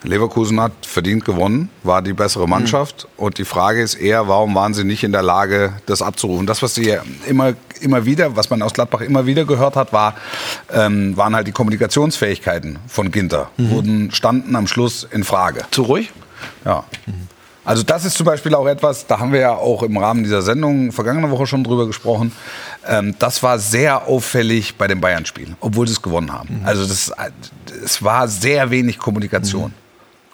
[SPEAKER 4] Leverkusen hat verdient gewonnen, war die bessere Mannschaft. Und die Frage ist eher, warum waren sie nicht in der Lage, das abzurufen? Das, was sie ja immer, immer wieder, was man aus Gladbach immer wieder gehört hat, war, ähm, waren halt die Kommunikationsfähigkeiten von Ginter. Wurden, standen am Schluss in Frage.
[SPEAKER 2] Zu ruhig?
[SPEAKER 4] Ja. Also das ist zum Beispiel auch etwas, da haben wir ja auch im Rahmen dieser Sendung vergangene Woche schon drüber gesprochen. Ähm, das war sehr auffällig bei dem Bayern-Spiel, obwohl sie es gewonnen haben. Also das, es war sehr wenig Kommunikation.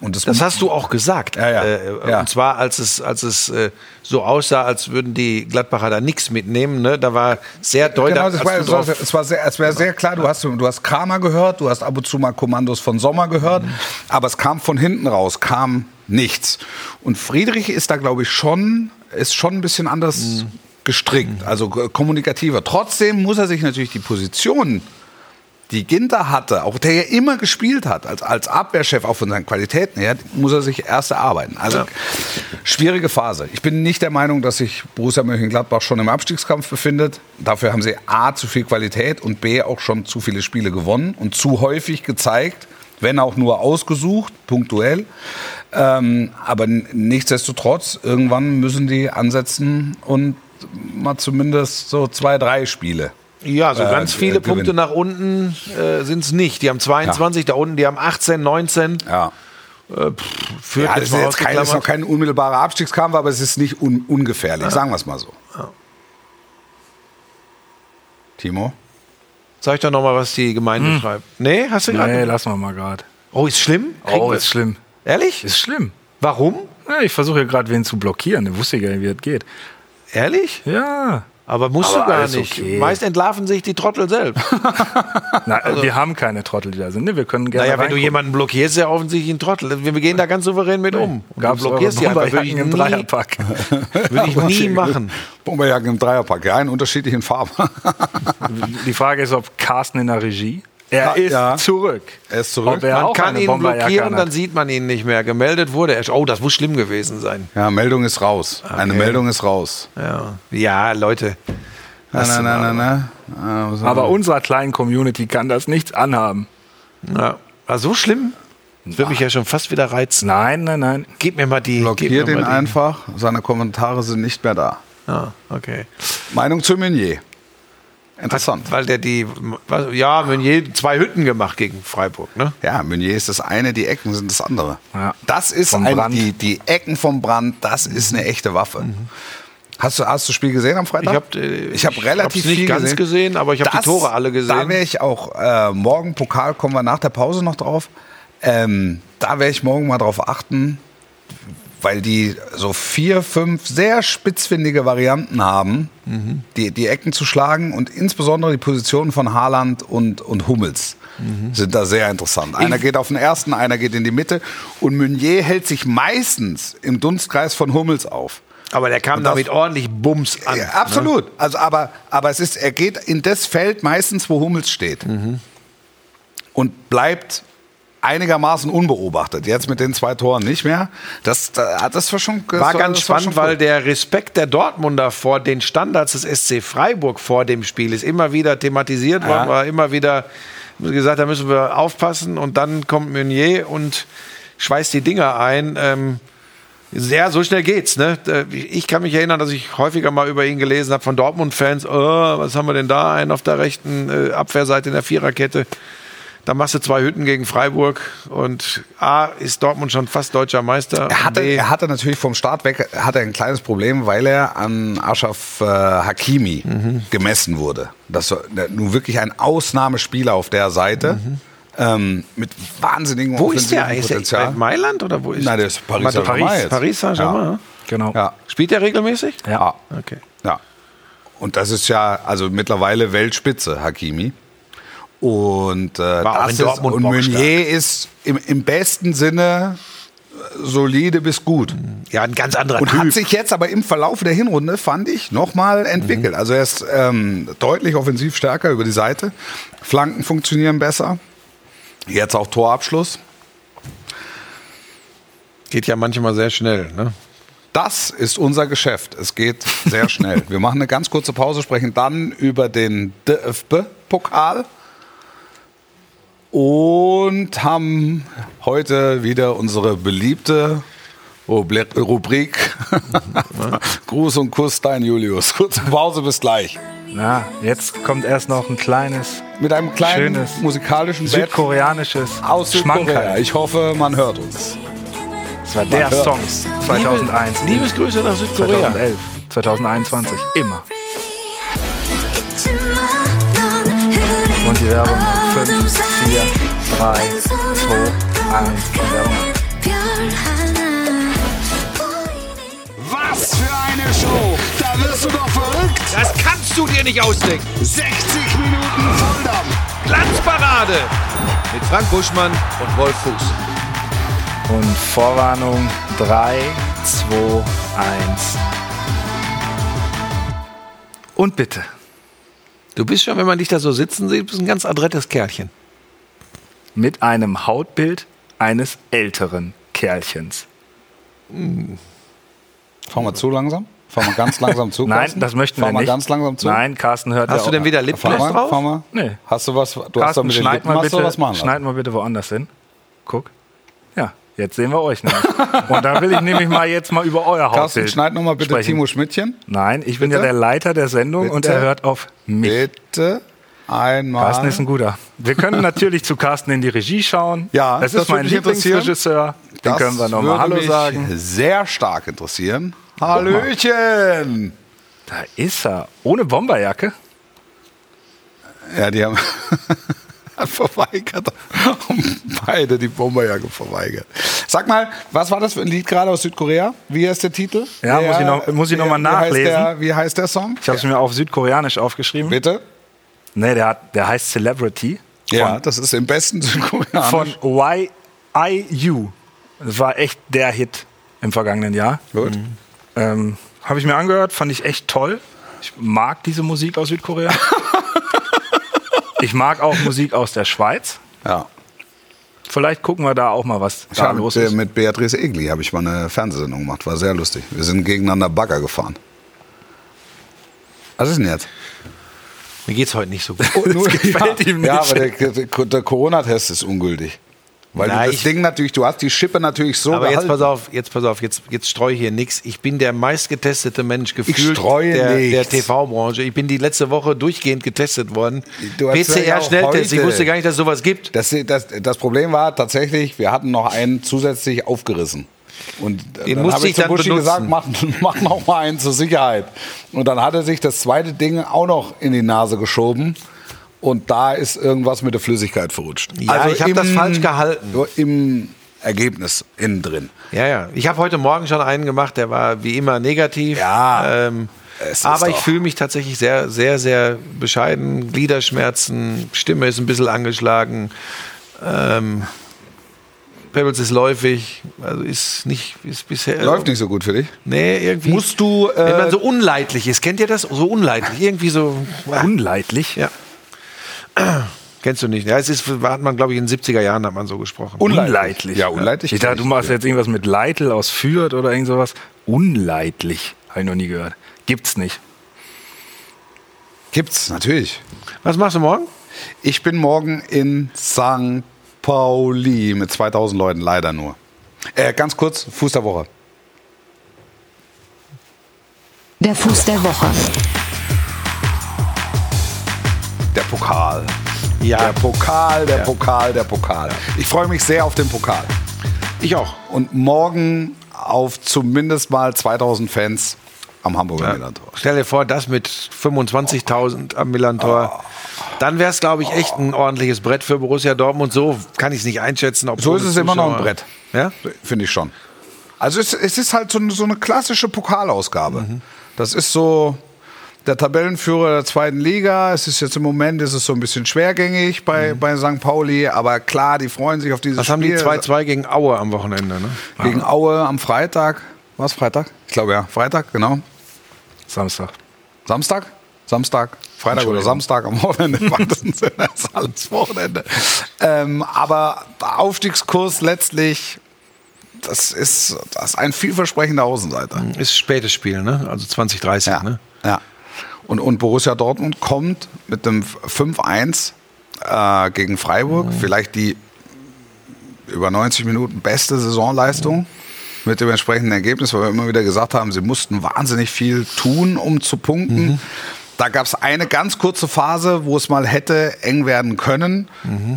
[SPEAKER 4] Und das,
[SPEAKER 2] Das hast du auch gesagt.
[SPEAKER 4] Ja, ja.
[SPEAKER 2] Äh,
[SPEAKER 4] Ja.
[SPEAKER 2] Und zwar, als es, als es äh, so aussah, als würden die Gladbacher da nichts mitnehmen. Ne? Da war sehr deutlich.
[SPEAKER 4] Genau, das war,
[SPEAKER 2] als
[SPEAKER 4] es
[SPEAKER 2] du
[SPEAKER 4] war,
[SPEAKER 2] drauf- Genau.
[SPEAKER 4] es war sehr, es war sehr klar, du hast, du hast Kramer gehört, du hast ab und zu mal Kommandos von Sommer gehört,
[SPEAKER 2] Mhm.
[SPEAKER 4] aber es kam von hinten raus, kam nichts. Und Friedrich ist da, glaube ich, schon, ist schon ein bisschen anders
[SPEAKER 2] Mhm.
[SPEAKER 4] gestrickt, also äh, kommunikativer. Trotzdem muss er sich natürlich die Position die Ginter hatte, auch der ja immer gespielt hat, als, als Abwehrchef auch von seinen Qualitäten her, muss er sich erst erarbeiten. Also schwierige Phase. Ich bin nicht der Meinung, dass sich Borussia Mönchengladbach schon im Abstiegskampf befindet. Dafür haben sie A, zu viel Qualität und B, auch schon zu viele Spiele gewonnen und zu häufig gezeigt, wenn auch nur ausgesucht, punktuell. Ähm, aber n- nichtsdestotrotz, irgendwann müssen die ansetzen und mal zumindest so zwei, drei Spiele.
[SPEAKER 2] Ja, so
[SPEAKER 4] äh,
[SPEAKER 2] ganz viele
[SPEAKER 4] äh, gewinnen.
[SPEAKER 2] Punkte nach unten äh, sind es nicht. Die haben 22 da unten, die haben 18, 19.
[SPEAKER 4] Ja.
[SPEAKER 2] Führt
[SPEAKER 4] Ja, das ist
[SPEAKER 2] mal
[SPEAKER 4] jetzt kein, das ist noch
[SPEAKER 2] ausgeklammert.
[SPEAKER 4] kein unmittelbarer Abstiegskampf, aber es ist nicht un ungefährlich, sagen wir es mal so. Timo?
[SPEAKER 2] Sag ich doch nochmal, was die Gemeinde
[SPEAKER 4] Hm.
[SPEAKER 2] schreibt. Nee, hast du
[SPEAKER 5] Nee,
[SPEAKER 2] gerade.
[SPEAKER 5] lassen wir mal gerade.
[SPEAKER 2] Oh, ist schlimm? Kriegen
[SPEAKER 5] Oh,
[SPEAKER 2] wir-
[SPEAKER 5] ist schlimm.
[SPEAKER 2] Ehrlich?
[SPEAKER 5] Ist schlimm.
[SPEAKER 2] Warum?
[SPEAKER 5] Ja, ich versuche hier gerade wen zu blockieren. Ich wusste gar nicht, wie das geht.
[SPEAKER 2] Ehrlich?
[SPEAKER 5] Ja.
[SPEAKER 2] Aber musst
[SPEAKER 5] Aber
[SPEAKER 2] du gar
[SPEAKER 5] alles
[SPEAKER 2] nicht.
[SPEAKER 5] okay.
[SPEAKER 2] Meist entlarven sich die Trottel selbst.
[SPEAKER 5] Na, wir haben keine Trottel, die da sind. Ne? Wir können gerne.
[SPEAKER 2] Naja, wenn du
[SPEAKER 5] reingucken.
[SPEAKER 2] jemanden blockierst, ist ja offensichtlich ein Trottel. Wir gehen da ganz souverän mit um. Und
[SPEAKER 5] Gab's
[SPEAKER 2] du blockierst die
[SPEAKER 5] eure
[SPEAKER 2] einfach. Würde ich,
[SPEAKER 5] Bomberjacken im
[SPEAKER 2] nie,
[SPEAKER 5] Dreierpack.
[SPEAKER 2] würde ich nie machen.
[SPEAKER 4] Bomberjacken im Dreierpack, ja, in unterschiedlichen Farben.
[SPEAKER 5] Die Frage ist, ob Carsten in der Regie. Er ist
[SPEAKER 4] ja.
[SPEAKER 5] zurück.
[SPEAKER 4] Er ist zurück.
[SPEAKER 5] Ob er
[SPEAKER 2] Man
[SPEAKER 5] auch
[SPEAKER 2] kann
[SPEAKER 5] eine
[SPEAKER 2] ihn
[SPEAKER 5] Bomberjacke
[SPEAKER 2] blockieren,
[SPEAKER 5] anhat.
[SPEAKER 2] dann sieht man ihn nicht mehr. Gemeldet wurde er. Oh, das muss schlimm gewesen sein.
[SPEAKER 4] Ja, Meldung ist raus. Eine Meldung ist raus.
[SPEAKER 2] Ja, ja Leute.
[SPEAKER 4] Na, na, na, na, na. Ah, was
[SPEAKER 5] Aber
[SPEAKER 4] haben wir?
[SPEAKER 5] unserer kleinen Community kann das nichts anhaben.
[SPEAKER 2] Ja. War so schlimm? Das würde mich ja schon fast wieder reizen.
[SPEAKER 5] Nein, nein, nein.
[SPEAKER 2] Gib mir mal die.
[SPEAKER 4] blockier
[SPEAKER 2] gib mir
[SPEAKER 4] den
[SPEAKER 2] mal die.
[SPEAKER 4] einfach. Seine Kommentare sind nicht mehr da.
[SPEAKER 2] Ah, okay.
[SPEAKER 4] Meinung zu Meunier. Interessant.
[SPEAKER 2] Weil der die. was- Ja, Meunier zwei Hütten gemacht gegen Freiburg, ne?
[SPEAKER 4] Ja, Meunier ist das eine, die Ecken sind das andere.
[SPEAKER 5] Ja.
[SPEAKER 4] Das ist
[SPEAKER 5] Vom
[SPEAKER 4] ein,
[SPEAKER 5] Brand. Mhm.
[SPEAKER 4] die, die Ecken vom Brand, das ist eine echte Waffe. Hast du, hast du das Spiel gesehen am Freitag?
[SPEAKER 2] Ich hab, äh,
[SPEAKER 4] ich hab
[SPEAKER 2] ich
[SPEAKER 4] relativ
[SPEAKER 2] hab's nicht
[SPEAKER 4] viel
[SPEAKER 2] ganz gesehen, aber ich hab die
[SPEAKER 4] Das-
[SPEAKER 2] Tore alle gesehen.
[SPEAKER 4] Da wäre ich auch äh, morgen, Pokal kommen wir nach der Pause noch drauf. Ähm, da werde ich morgen mal drauf achten, weil die so vier, fünf sehr spitzfindige Varianten haben,
[SPEAKER 2] Mhm.
[SPEAKER 4] die, die Ecken zu schlagen und insbesondere die Positionen von Haaland und, und Hummels
[SPEAKER 2] Mhm.
[SPEAKER 4] sind da sehr interessant. Einer geht auf den ersten, einer geht in die Mitte und Meunier hält sich meistens im Dunstkreis von Hummels auf.
[SPEAKER 2] Aber der kam
[SPEAKER 4] das-
[SPEAKER 2] damit ordentlich Bums an. ne?
[SPEAKER 4] Ja, absolut. Also, aber, aber es ist, er geht in das Feld meistens, wo Hummels steht.
[SPEAKER 2] Mhm.
[SPEAKER 4] Und bleibt einigermaßen unbeobachtet. Jetzt mit den zwei Toren nicht mehr. Das, da- ah, das war schon das
[SPEAKER 2] War ganz
[SPEAKER 4] das war
[SPEAKER 2] spannend,
[SPEAKER 4] schon
[SPEAKER 2] weil
[SPEAKER 4] cool.
[SPEAKER 2] der Respekt der Dortmunder vor den Standards des SC Freiburg vor dem Spiel ist immer wieder thematisiert worden, war immer wieder gesagt, da müssen wir aufpassen und dann kommt Meunier und schweißt die Dinger ein. Ähm, ja, so schnell geht's. Ne? Äh, Ich kann mich erinnern, dass ich häufiger mal über ihn gelesen habe von Dortmund-Fans. Oh, was haben wir denn da? Einen auf der rechten äh, Abwehrseite in der Viererkette. Da machst du zwei Hütten gegen Freiburg und A, ist Dortmund schon fast deutscher Meister.
[SPEAKER 4] er hatte,
[SPEAKER 2] B,
[SPEAKER 4] er hatte natürlich vom Start weg hatte ein kleines Problem, weil er an Ashraf äh, Hakimi
[SPEAKER 2] Mhm.
[SPEAKER 4] gemessen wurde. Das war äh, nun wirklich ein Ausnahmespieler auf der Seite. Ähm, mit wahnsinnigem
[SPEAKER 2] Mhm. Wo ist der?
[SPEAKER 4] offensivem
[SPEAKER 2] Ist er in Mailand oder wo ist
[SPEAKER 4] Nein, der ist Paris
[SPEAKER 2] Paris,
[SPEAKER 4] Saint-Germain
[SPEAKER 2] Paris,
[SPEAKER 4] jetzt.
[SPEAKER 2] Paris Saint-Germain.
[SPEAKER 5] Genau.
[SPEAKER 4] Ja. Ah.
[SPEAKER 2] Spielt er regelmäßig?
[SPEAKER 5] Ja.
[SPEAKER 2] Okay.
[SPEAKER 4] Ja. Und das ist ja also mittlerweile Weltspitze, Hakimi. Und, äh,
[SPEAKER 2] auch
[SPEAKER 4] das
[SPEAKER 2] in
[SPEAKER 4] ist,
[SPEAKER 2] Dortmund
[SPEAKER 4] und
[SPEAKER 2] bockstark.
[SPEAKER 4] Meunier ist im, im besten Sinne äh, solide bis gut.
[SPEAKER 2] Ja, ein ganz anderer
[SPEAKER 4] Und
[SPEAKER 2] Mhm. Typ.
[SPEAKER 4] hat sich jetzt aber im Verlauf der Hinrunde, fand ich, nochmal entwickelt.
[SPEAKER 2] Mhm.
[SPEAKER 4] Also er ist ähm, deutlich offensiv stärker über die Seite. Flanken funktionieren besser. Jetzt auch Torabschluss.
[SPEAKER 2] Geht ja manchmal sehr schnell. Ne?
[SPEAKER 4] Das ist unser Geschäft. Es geht sehr schnell. Wir machen eine ganz kurze Pause, sprechen dann über den DFB-Pokal und haben heute wieder unsere beliebte Rubri- Rubrik Gruß und Kuss, dein Julius. Kurze Pause, bis gleich.
[SPEAKER 5] Na, jetzt kommt erst noch ein kleines
[SPEAKER 4] Mit einem kleinen
[SPEAKER 5] Schönes.
[SPEAKER 4] musikalischen Bett
[SPEAKER 5] südkoreanisches
[SPEAKER 4] aus Südkorea.
[SPEAKER 5] Schmankerl.
[SPEAKER 4] Ich hoffe, man hört uns.
[SPEAKER 5] Das war der
[SPEAKER 4] hört.
[SPEAKER 5] Song 2001.
[SPEAKER 2] Liebe- Liebesgrüße nach Südkorea.
[SPEAKER 5] 2011. 2021. Immer.
[SPEAKER 6] Und die Werbung. 5, 4, 3, 2, 1. Die Werbung.
[SPEAKER 1] Was für eine Show! Da wirst du doch verrückt!
[SPEAKER 2] Das kannst du dir nicht ausdenken.
[SPEAKER 1] 60 Minuten Volldampf!
[SPEAKER 2] Glanzparade mit Frank Buschmann und Wolf Fuß.
[SPEAKER 5] Und Vorwarnung 3, 2, 1. Und bitte.
[SPEAKER 2] Du bist schon, wenn man dich da so sitzen sieht, bist ein ganz adrettes Kerlchen.
[SPEAKER 5] Mit einem Hautbild eines älteren Kerlchens.
[SPEAKER 4] Fahren wir zu langsam? Fahren wir ganz langsam zu?
[SPEAKER 5] Nein,
[SPEAKER 4] Carsten?
[SPEAKER 5] das möchten wir
[SPEAKER 4] Fahren
[SPEAKER 5] nicht.
[SPEAKER 4] wir ganz langsam zu?
[SPEAKER 5] Nein, Carsten hört
[SPEAKER 2] Hast
[SPEAKER 5] ja
[SPEAKER 2] du
[SPEAKER 5] auch-
[SPEAKER 2] denn wieder Lipgloss
[SPEAKER 4] Fahr mal,
[SPEAKER 2] drauf?
[SPEAKER 4] fahr mal.
[SPEAKER 5] Nee.
[SPEAKER 4] Hast du was? Du hast doch
[SPEAKER 5] Carsten,
[SPEAKER 4] mit den
[SPEAKER 5] schneid
[SPEAKER 4] Lippen
[SPEAKER 5] mal,
[SPEAKER 4] hast du
[SPEAKER 5] bitte,
[SPEAKER 4] was machen lassen.
[SPEAKER 5] schneid mal bitte woanders hin. Guck. Ja, jetzt sehen wir euch nämlich. Und da will ich nämlich mal jetzt mal über euer Hautbild
[SPEAKER 4] Carsten, schneid noch mal bitte
[SPEAKER 5] sprechen.
[SPEAKER 4] Timo Schmidtchen.
[SPEAKER 5] Nein, ich bin
[SPEAKER 4] Bitte?
[SPEAKER 5] ja der Leiter der Sendung und
[SPEAKER 4] Bitte?
[SPEAKER 5] er hört auf mich.
[SPEAKER 4] Bitte einmal.
[SPEAKER 5] Carsten ist ein guter. Wir können natürlich zu Carsten in die Regie schauen.
[SPEAKER 4] Ja,
[SPEAKER 5] das,
[SPEAKER 4] das
[SPEAKER 5] ist
[SPEAKER 4] würde
[SPEAKER 5] mein
[SPEAKER 4] mich interessieren.
[SPEAKER 5] Lieblingsregisseur. Den
[SPEAKER 4] das
[SPEAKER 5] können wir
[SPEAKER 4] würde
[SPEAKER 5] nochmal Hallo
[SPEAKER 4] mich
[SPEAKER 5] sagen.
[SPEAKER 4] sehr stark interessieren. Hallöchen!
[SPEAKER 5] Da ist er. Ohne Bomberjacke.
[SPEAKER 4] Ja, die haben hat verweigert. Beide die Bomberjacke verweigert. Sag mal, was war das für ein Lied gerade aus Südkorea? Wie heißt der Titel?
[SPEAKER 5] Ja,
[SPEAKER 4] der,
[SPEAKER 5] muss ich noch- muss ich noch mal
[SPEAKER 4] wie heißt
[SPEAKER 5] nachlesen.
[SPEAKER 4] Der, wie heißt der Song?
[SPEAKER 5] Ich habe es mir auf Südkoreanisch aufgeschrieben.
[SPEAKER 4] Bitte?
[SPEAKER 5] Nee, der, hat, der heißt Celebrity.
[SPEAKER 4] Ja, das ist im besten Südkoreanisch.
[SPEAKER 5] Von YIU. Das war echt der Hit im vergangenen Jahr.
[SPEAKER 4] Gut.
[SPEAKER 5] Ähm, habe ich mir angehört, fand ich echt toll. Ich mag diese Musik aus Südkorea. ich mag auch Musik aus der Schweiz.
[SPEAKER 4] Ja.
[SPEAKER 5] Vielleicht gucken wir da auch mal, was
[SPEAKER 4] Ich
[SPEAKER 5] da
[SPEAKER 4] habe
[SPEAKER 5] los
[SPEAKER 4] mit, äh,
[SPEAKER 5] ist.
[SPEAKER 4] mit Beatrice Egli habe ich mal eine Fernsehsendung gemacht, war sehr lustig. Wir sind gegeneinander Bagger gefahren. Was ist denn jetzt?
[SPEAKER 2] Mir geht's heute nicht so gut.
[SPEAKER 4] Nur-
[SPEAKER 5] gefällt
[SPEAKER 4] ja,
[SPEAKER 5] ihm nicht.
[SPEAKER 4] Ja, aber der, der, der Corona-Test ist ungültig. Weil
[SPEAKER 2] Na,
[SPEAKER 4] du das
[SPEAKER 2] ich-
[SPEAKER 4] Ding natürlich, du hast die Schippe natürlich so
[SPEAKER 2] Aber jetzt
[SPEAKER 4] gehalten.
[SPEAKER 2] pass auf, jetzt pass auf, jetzt, jetzt streue ich hier nichts. Ich bin der meistgetestete Mensch gefühlt
[SPEAKER 4] streue
[SPEAKER 2] der, der
[SPEAKER 4] nichts.
[SPEAKER 2] TV-Branche. Ich bin die letzte Woche durchgehend getestet worden.
[SPEAKER 4] Du hast ja auch
[SPEAKER 2] PCR-Schnelltest, ich
[SPEAKER 4] heute-
[SPEAKER 2] wusste gar nicht, dass es sowas gibt.
[SPEAKER 4] Das, das, das Problem war tatsächlich, wir hatten noch einen zusätzlich aufgerissen. Und
[SPEAKER 2] Den
[SPEAKER 4] dann
[SPEAKER 2] musste
[SPEAKER 4] habe
[SPEAKER 2] ich
[SPEAKER 4] ich zu
[SPEAKER 2] dann
[SPEAKER 4] Buschi
[SPEAKER 2] benutzen.
[SPEAKER 4] gesagt, mach, mach noch mal einen zur Sicherheit. Und dann hat er sich das zweite Ding auch noch in die Nase geschoben. Und da ist irgendwas mit der Flüssigkeit verrutscht. Also
[SPEAKER 2] Ja, ich habe
[SPEAKER 4] im-
[SPEAKER 2] das falsch gehalten.
[SPEAKER 4] so Im Ergebnis innen drin.
[SPEAKER 2] Ja, ja. Ich habe heute Morgen schon einen gemacht, der war wie immer negativ.
[SPEAKER 4] Ja,
[SPEAKER 2] Ähm,
[SPEAKER 4] es ist
[SPEAKER 2] aber ich
[SPEAKER 4] doch-
[SPEAKER 2] fühle mich tatsächlich sehr, sehr, sehr bescheiden. Gliederschmerzen, Stimme ist ein bisschen angeschlagen. Ähm, Pebbles ist läufig, also ist nicht, ist bisher.
[SPEAKER 4] Läuft nicht so gut für dich.
[SPEAKER 2] Nee, irgendwie.
[SPEAKER 4] Musst du, äh,
[SPEAKER 2] wenn man so unleidlich ist, kennt ihr das? So unleidlich, irgendwie so.
[SPEAKER 5] Unleidlich.
[SPEAKER 2] Ja. Kennst du nicht? Ja, es ist, hat man, glaube ich, in den 70er Jahren hat man so gesprochen.
[SPEAKER 5] Unleidlich.
[SPEAKER 4] Ja, unleidlich.
[SPEAKER 5] Ich dachte, du machst jetzt irgendwas mit Leitl aus Fürth oder irgend sowas. Unleidlich. Habe ich noch nie gehört. Gibt's nicht.
[SPEAKER 4] Gibt's, natürlich.
[SPEAKER 2] Was machst du morgen?
[SPEAKER 4] Ich bin morgen in St. Pauli mit 2000 Leuten, leider nur. Äh, ganz kurz, Fuß der Woche.
[SPEAKER 3] Der Fuß der Woche.
[SPEAKER 4] Der Pokal.
[SPEAKER 2] Ja.
[SPEAKER 4] Der Pokal, der Pokal, der Pokal. Ich freue mich sehr auf den Pokal.
[SPEAKER 2] Ich auch.
[SPEAKER 4] Und morgen auf zumindest mal 2000 Fans am Hamburger Millantor.
[SPEAKER 2] Stell dir vor, das mit 25.000 am Millantor. Dann wäre es, glaube ich, echt ein ordentliches Brett für Borussia Dortmund. So kann ich es nicht einschätzen. Ob
[SPEAKER 4] So ist
[SPEAKER 2] ohne
[SPEAKER 4] es immer noch ein
[SPEAKER 2] Zuschauer.
[SPEAKER 4] Brett.
[SPEAKER 2] Ja?
[SPEAKER 4] Finde ich schon. Also es, es ist halt so, eine- so eine klassische Pokalausgabe. Das ist so der Tabellenführer der zweiten Liga. Es ist jetzt im Moment ist es so ein bisschen schwergängig bei, bei St. Pauli, aber klar, die freuen sich auf dieses
[SPEAKER 2] Das Mhm. haben die
[SPEAKER 4] Spiel.
[SPEAKER 2] 2-2 gegen Aue am Wochenende. Ne?
[SPEAKER 4] Gegen Aue am Freitag. War es Freitag? Ich glaube ja, Freitag, genau.
[SPEAKER 5] Samstag.
[SPEAKER 4] Samstag? Samstag, Freitag oder Samstag am Wochenende. Das ist alles Wochenende. Ähm, aber Aufstiegskurs letztlich, das ist, das ist ein vielversprechender Außenseiter.
[SPEAKER 2] Ist spätes Spiel, ne? also 2030.
[SPEAKER 4] Ja.
[SPEAKER 2] Ne?
[SPEAKER 4] ja. Und, und Borussia Dortmund kommt mit einem 5-1 äh, gegen Freiburg. Vielleicht die über 90 Minuten beste Saisonleistung. Mit dem entsprechenden Ergebnis, weil wir immer wieder gesagt haben, sie mussten wahnsinnig viel tun, um zu punkten. Da gab es eine ganz kurze Phase, wo es mal hätte eng werden können.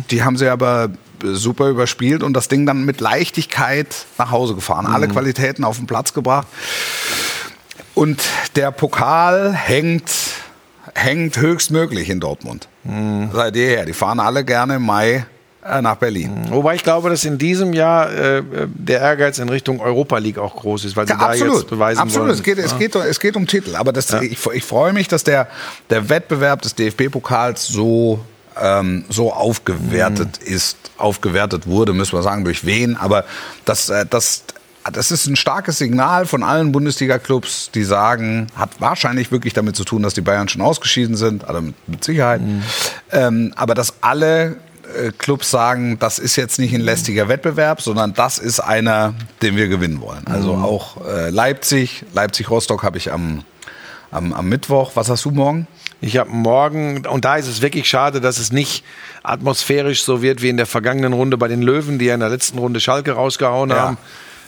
[SPEAKER 4] Die haben sie aber super überspielt und das Ding dann mit Leichtigkeit nach Hause gefahren. Alle Qualitäten auf den Platz gebracht. Und der Pokal hängt, hängt höchstmöglich in Dortmund. Seit jeher. Die fahren alle gerne im Mai äh, nach Berlin.
[SPEAKER 2] Wobei ich glaube, dass in diesem Jahr äh, der Ehrgeiz in Richtung Europa League auch groß ist, weil sie
[SPEAKER 4] Ja,
[SPEAKER 2] da jetzt beweisen
[SPEAKER 4] absolut.
[SPEAKER 2] wollen.
[SPEAKER 4] Es, geht, es, geht, es geht um Titel. Aber das, ich, ich freue mich, dass der, der Wettbewerb des DFB-Pokals so, ähm, so aufgewertet
[SPEAKER 2] Mhm.
[SPEAKER 4] ist. Aufgewertet wurde, müssen wir sagen, durch wen. Aber das, äh, das, das ist ein starkes Signal von allen Bundesliga-Clubs, die sagen, hat wahrscheinlich wirklich damit zu tun, dass die Bayern schon ausgeschieden sind. Also mit, mit Sicherheit.
[SPEAKER 2] Mhm.
[SPEAKER 4] Ähm, aber dass alle äh, Clubs sagen, das ist jetzt nicht ein lästiger Wettbewerb, sondern das ist einer, den wir gewinnen wollen. Also
[SPEAKER 2] Mhm.
[SPEAKER 4] auch äh, Leipzig, Leipzig-Rostock habe ich am, am, am Mittwoch. Was hast du morgen?
[SPEAKER 2] Ich habe morgen, und da ist es wirklich schade, dass es nicht atmosphärisch so wird wie in der vergangenen Runde bei den Löwen, die ja in der letzten Runde Schalke rausgehauen haben.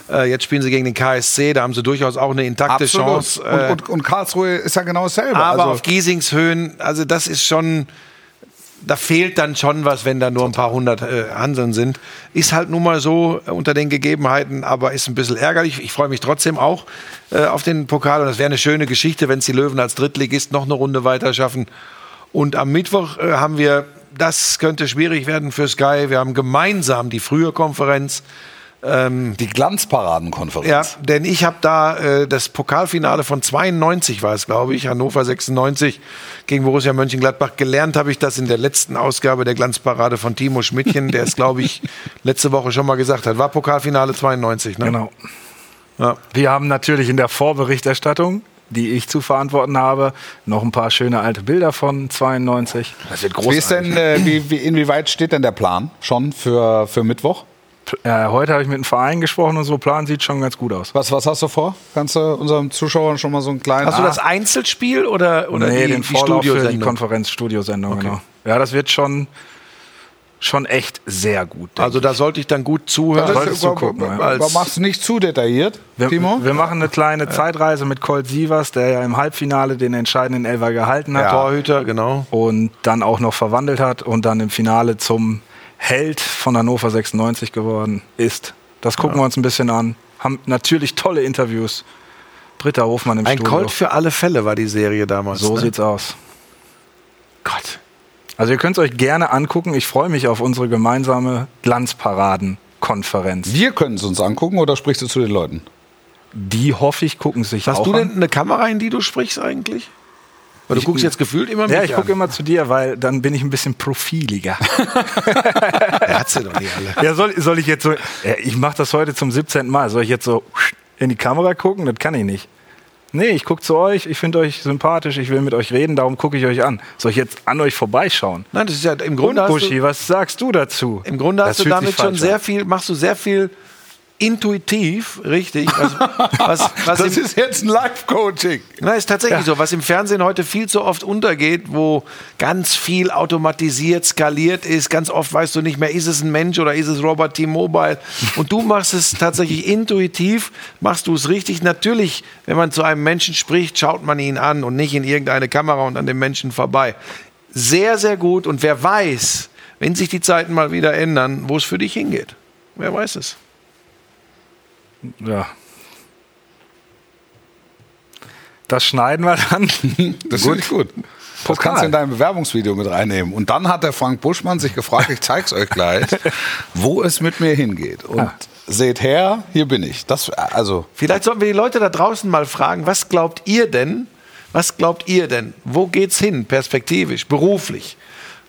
[SPEAKER 2] Äh, jetzt spielen sie gegen den KSC, da haben sie durchaus auch eine intakte Chance.
[SPEAKER 4] Und,
[SPEAKER 2] äh,
[SPEAKER 4] und, und Karlsruhe ist ja genau dasselbe.
[SPEAKER 2] aber
[SPEAKER 4] also,
[SPEAKER 2] auf Giesingshöhen, also das ist schon, da fehlt dann schon was, wenn da nur ein paar hundert äh, Hanseln sind. Ist halt nun mal so äh, unter den Gegebenheiten, aber ist ein bisschen ärgerlich. Ich freue mich trotzdem auch äh, auf den Pokal und das wäre eine schöne Geschichte, wenn es die Löwen als Drittligist noch eine Runde weiter schaffen. Und am Mittwoch äh, haben wir, das könnte schwierig werden für Sky, wir haben gemeinsam die frühe Konferenz.
[SPEAKER 4] die Glanzparadenkonferenz.
[SPEAKER 2] Ja, denn ich habe da äh, das Pokalfinale von 92 war es, glaube ich, Hannover 96 gegen Borussia Mönchengladbach. Gelernt habe ich das in der letzten Ausgabe der Glanzparade von Timo Schmidtchen, der es, glaube ich, letzte Woche schon mal gesagt hat. War Pokalfinale 92, ne?
[SPEAKER 5] Genau.
[SPEAKER 2] Ja.
[SPEAKER 5] Wir haben natürlich in der Vorberichterstattung, die ich zu verantworten habe, noch ein paar schöne alte Bilder von 92. Das wird
[SPEAKER 4] Wie ist denn, äh, wie, wie, inwieweit steht denn der Plan schon für, für Mittwoch?
[SPEAKER 5] äh, heute habe ich mit einem Verein gesprochen und so, Plan sieht schon ganz gut aus.
[SPEAKER 4] Was, was hast du vor? Kannst du unseren Zuschauern schon mal so einen kleinen. Ah,
[SPEAKER 2] Hast du das Einzelspiel oder, oder
[SPEAKER 5] nee,
[SPEAKER 2] die,
[SPEAKER 5] den
[SPEAKER 2] die
[SPEAKER 5] Vorlauf für die
[SPEAKER 2] Studiosendung?
[SPEAKER 5] Konferenz, Studiosendung, genau. Ja, das wird schon, schon echt sehr gut. denke
[SPEAKER 2] Also da sollte ich dann gut zuhören.
[SPEAKER 5] solltest du gucken, ja.
[SPEAKER 2] als-
[SPEAKER 4] Warum machst du nicht zu detailliert,
[SPEAKER 5] Wir,
[SPEAKER 4] Timo?
[SPEAKER 5] wir machen eine kleine Zeitreise mit Colt Sievers, der ja im Halbfinale den entscheidenden Elfer gehalten hat
[SPEAKER 2] Torhüter, genau.
[SPEAKER 5] und dann auch noch verwandelt hat und dann im Finale zum Held von Hannover 96 geworden ist. Das gucken wir uns ein bisschen an. Haben natürlich tolle Interviews. Britta Hofmann im
[SPEAKER 2] Ein
[SPEAKER 5] Studio.
[SPEAKER 2] Colt für alle Fälle war die Serie damals.
[SPEAKER 5] so
[SPEAKER 2] ne?
[SPEAKER 5] sieht's aus.
[SPEAKER 2] Gott.
[SPEAKER 5] Also ihr könnt es euch gerne angucken. Ich freue mich auf unsere gemeinsame Glanzparaden-Konferenz.
[SPEAKER 4] Wir können es uns angucken oder sprichst du zu den Leuten?
[SPEAKER 5] Die hoffe ich, gucken sich
[SPEAKER 2] Hast
[SPEAKER 5] auch
[SPEAKER 2] du
[SPEAKER 5] an.
[SPEAKER 2] denn eine Kamera, in die du sprichst eigentlich? Weil du guckst jetzt gefühlt immer
[SPEAKER 5] Ja,
[SPEAKER 2] mich
[SPEAKER 5] ich gucke
[SPEAKER 2] an.
[SPEAKER 5] immer zu dir, weil dann bin ich ein bisschen profiliger.
[SPEAKER 2] Er hat sie doch nicht alle.
[SPEAKER 5] ja, soll, soll ich jetzt so. Ja, ich mache das heute zum 17. Mal. Soll ich jetzt so in die Kamera gucken? Das kann ich nicht. Nee, ich gucke zu euch, ich finde euch sympathisch, ich will mit euch reden, darum gucke ich euch an. Soll ich jetzt an euch vorbeischauen?
[SPEAKER 2] Nein, das ist ja im
[SPEAKER 5] Und
[SPEAKER 2] Grunde. hast du,
[SPEAKER 5] Buschi, was sagst du dazu?
[SPEAKER 2] Im Grunde hast
[SPEAKER 5] Das
[SPEAKER 2] du
[SPEAKER 5] fühlt sich
[SPEAKER 2] damit schon
[SPEAKER 5] falsch
[SPEAKER 2] sehr
[SPEAKER 5] an.
[SPEAKER 2] viel, machst du sehr viel intuitiv, richtig. Was, was, was
[SPEAKER 4] Das
[SPEAKER 2] im,
[SPEAKER 4] ist jetzt ein Live-Coaching.
[SPEAKER 2] Na, ist tatsächlich so. Was im Fernsehen heute viel zu oft untergeht, wo ganz viel automatisiert, skaliert ist. Ganz oft weißt du nicht mehr, ist es ein Mensch oder ist es Robert T-Mobile. Und du machst es tatsächlich intuitiv, machst du es richtig. Natürlich, wenn man zu einem Menschen spricht, schaut man ihn an und nicht in irgendeine Kamera und an dem Menschen vorbei. Sehr, sehr gut. Und wer weiß, wenn sich die Zeiten mal wieder ändern, wo es für dich hingeht. Wer weiß es?
[SPEAKER 5] Ja. Das schneiden wir dann.
[SPEAKER 4] Das finde ich gut. Das
[SPEAKER 5] Pokal.
[SPEAKER 4] kannst du in dein Bewerbungsvideo mit reinnehmen. Und dann hat der Frank Buschmann sich gefragt, ich zeig's euch gleich, wo es mit mir hingeht. Und
[SPEAKER 5] Ah.
[SPEAKER 4] seht her, hier bin ich. Das, also,
[SPEAKER 2] Vielleicht sollten wir die Leute da draußen mal fragen, was glaubt ihr denn? Was glaubt ihr denn? Wo geht's hin, perspektivisch, beruflich?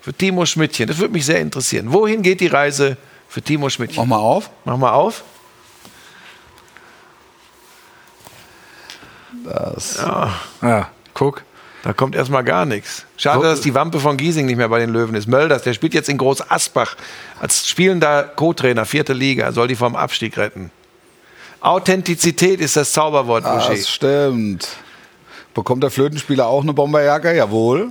[SPEAKER 2] Für Timo Schmidtchen. Das würde mich sehr interessieren. Wohin geht die Reise für Timo
[SPEAKER 4] mach
[SPEAKER 2] Schmidtchen?
[SPEAKER 4] mal auf.
[SPEAKER 2] Mach mal auf.
[SPEAKER 5] Ja, guck.
[SPEAKER 2] Da kommt erstmal gar nichts. Schade, dass die Wampe von Giesing nicht mehr bei den Löwen ist. Mölders, der spielt jetzt in Groß Asbach als spielender Co-Trainer, vierte Liga, soll die vom Abstieg retten. Authentizität ist das Zauberwort, Boucher.
[SPEAKER 4] Ah, Das stimmt. Bekommt der Flötenspieler auch eine Bomberjacke? Jawohl.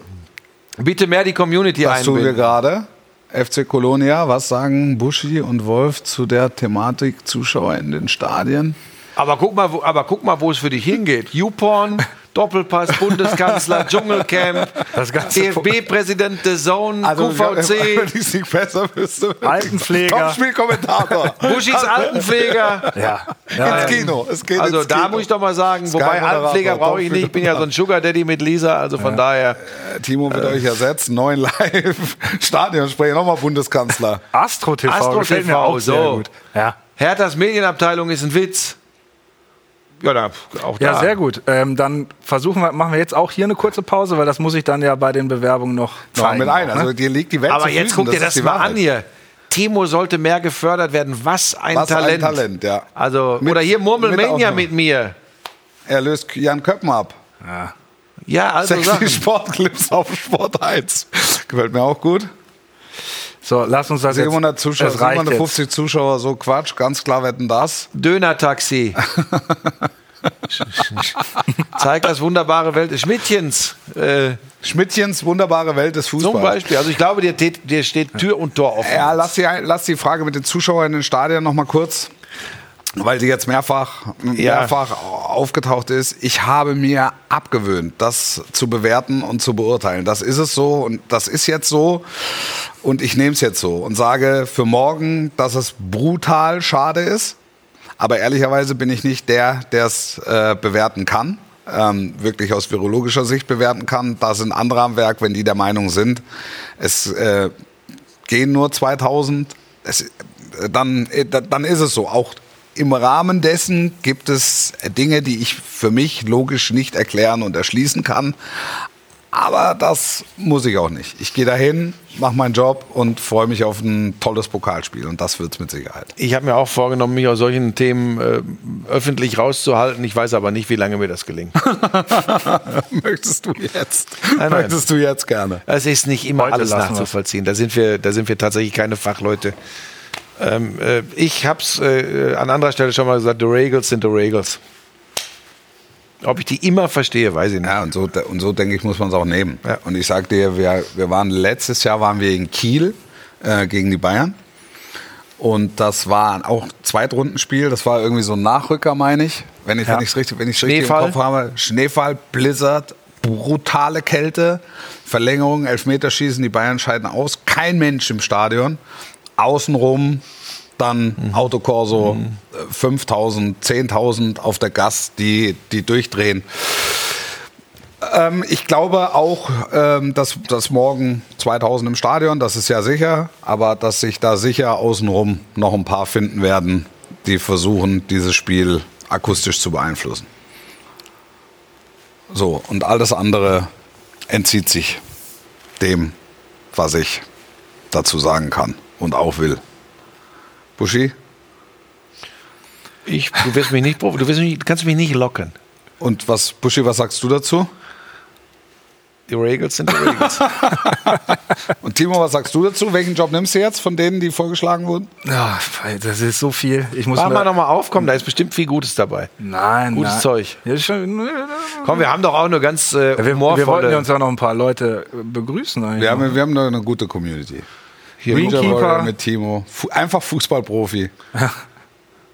[SPEAKER 2] Bitte mehr die Community
[SPEAKER 4] Was tun wir
[SPEAKER 2] einbinden.
[SPEAKER 4] gerade? FC Colonia, was sagen Buschi und Wolf zu der Thematik Zuschauer in den Stadien?
[SPEAKER 2] Aber guck mal, wo, aber guck mal, wo es für dich hingeht. YouPorn, Doppelpass, Bundeskanzler, Dschungelcamp,
[SPEAKER 5] Das ganze
[SPEAKER 2] DFB-Präsident The Zone,
[SPEAKER 4] Also, wenn
[SPEAKER 2] QVC,
[SPEAKER 4] ich es nicht besser wüsste.
[SPEAKER 5] Altenpfleger.
[SPEAKER 4] Top-Spielkommentator. Also,
[SPEAKER 2] Buschis Altenpfleger.
[SPEAKER 5] Ja.
[SPEAKER 4] ins Kino. Es geht
[SPEAKER 2] Also
[SPEAKER 4] ins
[SPEAKER 2] da
[SPEAKER 4] Kino.
[SPEAKER 2] muss ich doch mal sagen, wobei
[SPEAKER 4] Moderator,
[SPEAKER 2] Altenpfleger brauche ich nicht, ich bin ja so ein Sugar Daddy mit Lisa, also von daher.
[SPEAKER 4] Timo wird euch ersetzen. Neun Live. Stadionsprecher. Nochmal Bundeskanzler.
[SPEAKER 5] Astro TV
[SPEAKER 2] Astro
[SPEAKER 5] gefällt mir
[SPEAKER 2] TV,
[SPEAKER 5] auch sehr
[SPEAKER 2] so.
[SPEAKER 5] gut. Ja.
[SPEAKER 2] Herthas Medienabteilung ist ein Witz. Ja, da, auch da.
[SPEAKER 5] Ja, sehr gut. Ähm, dann versuchen wir, machen wir jetzt auch hier eine kurze Pause, weil das muss ich dann ja bei den Bewerbungen noch
[SPEAKER 4] Noch
[SPEAKER 5] zeigen.
[SPEAKER 4] mit ein.
[SPEAKER 5] auch, ne?
[SPEAKER 4] Also dir liegt die Welt
[SPEAKER 2] Aber
[SPEAKER 4] zu
[SPEAKER 2] jetzt
[SPEAKER 4] Füßen.
[SPEAKER 2] guck dir
[SPEAKER 4] ist
[SPEAKER 2] das
[SPEAKER 4] die
[SPEAKER 2] mal
[SPEAKER 4] Wahrheit.
[SPEAKER 2] an hier. Timo sollte mehr gefördert werden. Was ein
[SPEAKER 4] Was ein
[SPEAKER 2] Talent.
[SPEAKER 4] Talent, ja.
[SPEAKER 2] Also,
[SPEAKER 4] Mit-
[SPEAKER 2] oder hier
[SPEAKER 4] mit auch
[SPEAKER 2] Murmelmania
[SPEAKER 4] noch.
[SPEAKER 2] mit mir.
[SPEAKER 4] Er löst Jan Köppen ab.
[SPEAKER 2] Ja, also Sachen.
[SPEAKER 4] Sexy Sportclips auf Sport 1. Gefällt mir auch gut.
[SPEAKER 5] so, lass uns das jetzt.
[SPEAKER 4] 700 Zuschauer,
[SPEAKER 5] das reicht jetzt.
[SPEAKER 4] 750 Zuschauer, so Quatsch. Ganz klar wetten das.
[SPEAKER 2] Döner-Taxi. Zeigt das wunderbare Welt des Schmidtchens äh,
[SPEAKER 4] Schmidtchens wunderbare Welt des Fußballs.
[SPEAKER 2] zum Beispiel. Also ich glaube, dir, tät- dir steht Tür und Tor offen.
[SPEAKER 4] Ja, lass die, lass die Frage mit den Zuschauern in den Stadien noch mal kurz, weil sie jetzt mehrfach,
[SPEAKER 2] Ja.
[SPEAKER 4] mehrfach aufgetaucht ist. Ich habe mir abgewöhnt, das zu bewerten und zu beurteilen. Das ist es so und das ist jetzt so und ich nehme es jetzt so und sage für morgen, dass es brutal schade ist. Aber ehrlicherweise bin ich nicht der, der es äh, bewerten kann, ähm, wirklich aus virologischer Sicht bewerten kann. Da sind andere am Werk, wenn die der Meinung sind, es äh, gehen nur 2000, es, äh, dann, äh, da- dann ist es so. Auch im Rahmen dessen gibt es Dinge, die ich für mich logisch nicht erklären und erschließen kann. Aber das muss ich auch nicht. Ich gehe dahin, mache meinen Job und freue mich auf ein tolles Pokalspiel. Und das wird es mit Sicherheit.
[SPEAKER 2] Ich habe mir auch vorgenommen, mich aus solchen Themen äh, öffentlich rauszuhalten. Ich weiß aber nicht, wie lange mir das gelingt.
[SPEAKER 4] Möchtest du jetzt?
[SPEAKER 2] Nein, nein.
[SPEAKER 4] Möchtest du jetzt gerne?
[SPEAKER 2] Es ist nicht immer
[SPEAKER 5] Heute
[SPEAKER 2] alles
[SPEAKER 5] lassen wir's.
[SPEAKER 2] nachzuvollziehen. Da sind, wir, da sind wir tatsächlich keine Fachleute. Ähm, äh, ich habe es äh, an anderer Stelle schon mal gesagt, die Regels sind die Regels. Ob ich die immer verstehe, weiß ich nicht.
[SPEAKER 4] Ja, und so, und so denke ich, muss man es auch nehmen.
[SPEAKER 2] Ja.
[SPEAKER 4] Und ich sag dir, wir, wir waren letztes Jahr waren wir in Kiel äh, gegen die Bayern. Und das war auch ein Zweitrundenspiel. Das war irgendwie so ein Nachrücker, meine ich. Wenn ich es
[SPEAKER 2] Ja.
[SPEAKER 4] richtig, wenn ich's richtig im
[SPEAKER 2] Schneefall.
[SPEAKER 4] Kopf habe. Schneefall, Blizzard, brutale Kälte, Verlängerung, Elfmeterschießen, die Bayern scheiden aus. Kein Mensch im Stadion. Außenrum dann
[SPEAKER 2] Mhm.
[SPEAKER 4] Autokorso, äh, 5.000, 10.000 auf der Gas, die, die durchdrehen. Ähm, ich glaube auch, ähm, dass, dass morgen 2000 im Stadion, das ist ja sicher, aber dass sich da sicher außenrum noch ein paar finden werden, die versuchen, dieses Spiel akustisch zu beeinflussen. So, und alles andere entzieht sich dem, was ich dazu sagen kann und auch will. Buschi?
[SPEAKER 2] Ich, du wirst mich nicht, provo- du wirst mich, du kannst mich nicht locken.
[SPEAKER 4] Und was, Buschi, was sagst du dazu?
[SPEAKER 2] Die Regels sind die Regels.
[SPEAKER 4] Und Timo, was sagst du dazu? Welchen Job nimmst du jetzt von denen, die vorgeschlagen wurden?
[SPEAKER 5] Ja, Ah, das ist so viel. Ich muss
[SPEAKER 2] Machen
[SPEAKER 5] mir-
[SPEAKER 2] wir nochmal auf, komm, da ist bestimmt viel Gutes dabei.
[SPEAKER 5] Nein,
[SPEAKER 2] Gutes
[SPEAKER 5] nein.
[SPEAKER 2] Zeug.
[SPEAKER 5] Ja, schon,
[SPEAKER 2] Komm, wir haben doch auch eine ganz äh,
[SPEAKER 5] wir, wir wollten ja
[SPEAKER 2] humorvolle...
[SPEAKER 5] uns auch noch ein paar Leute äh, begrüßen. Eigentlich.
[SPEAKER 4] Wir haben, wir haben da eine gute Community. Hier
[SPEAKER 5] Greenkeeper.
[SPEAKER 4] Ninja Warrior mit Timo. Fu einfach Fußballprofi.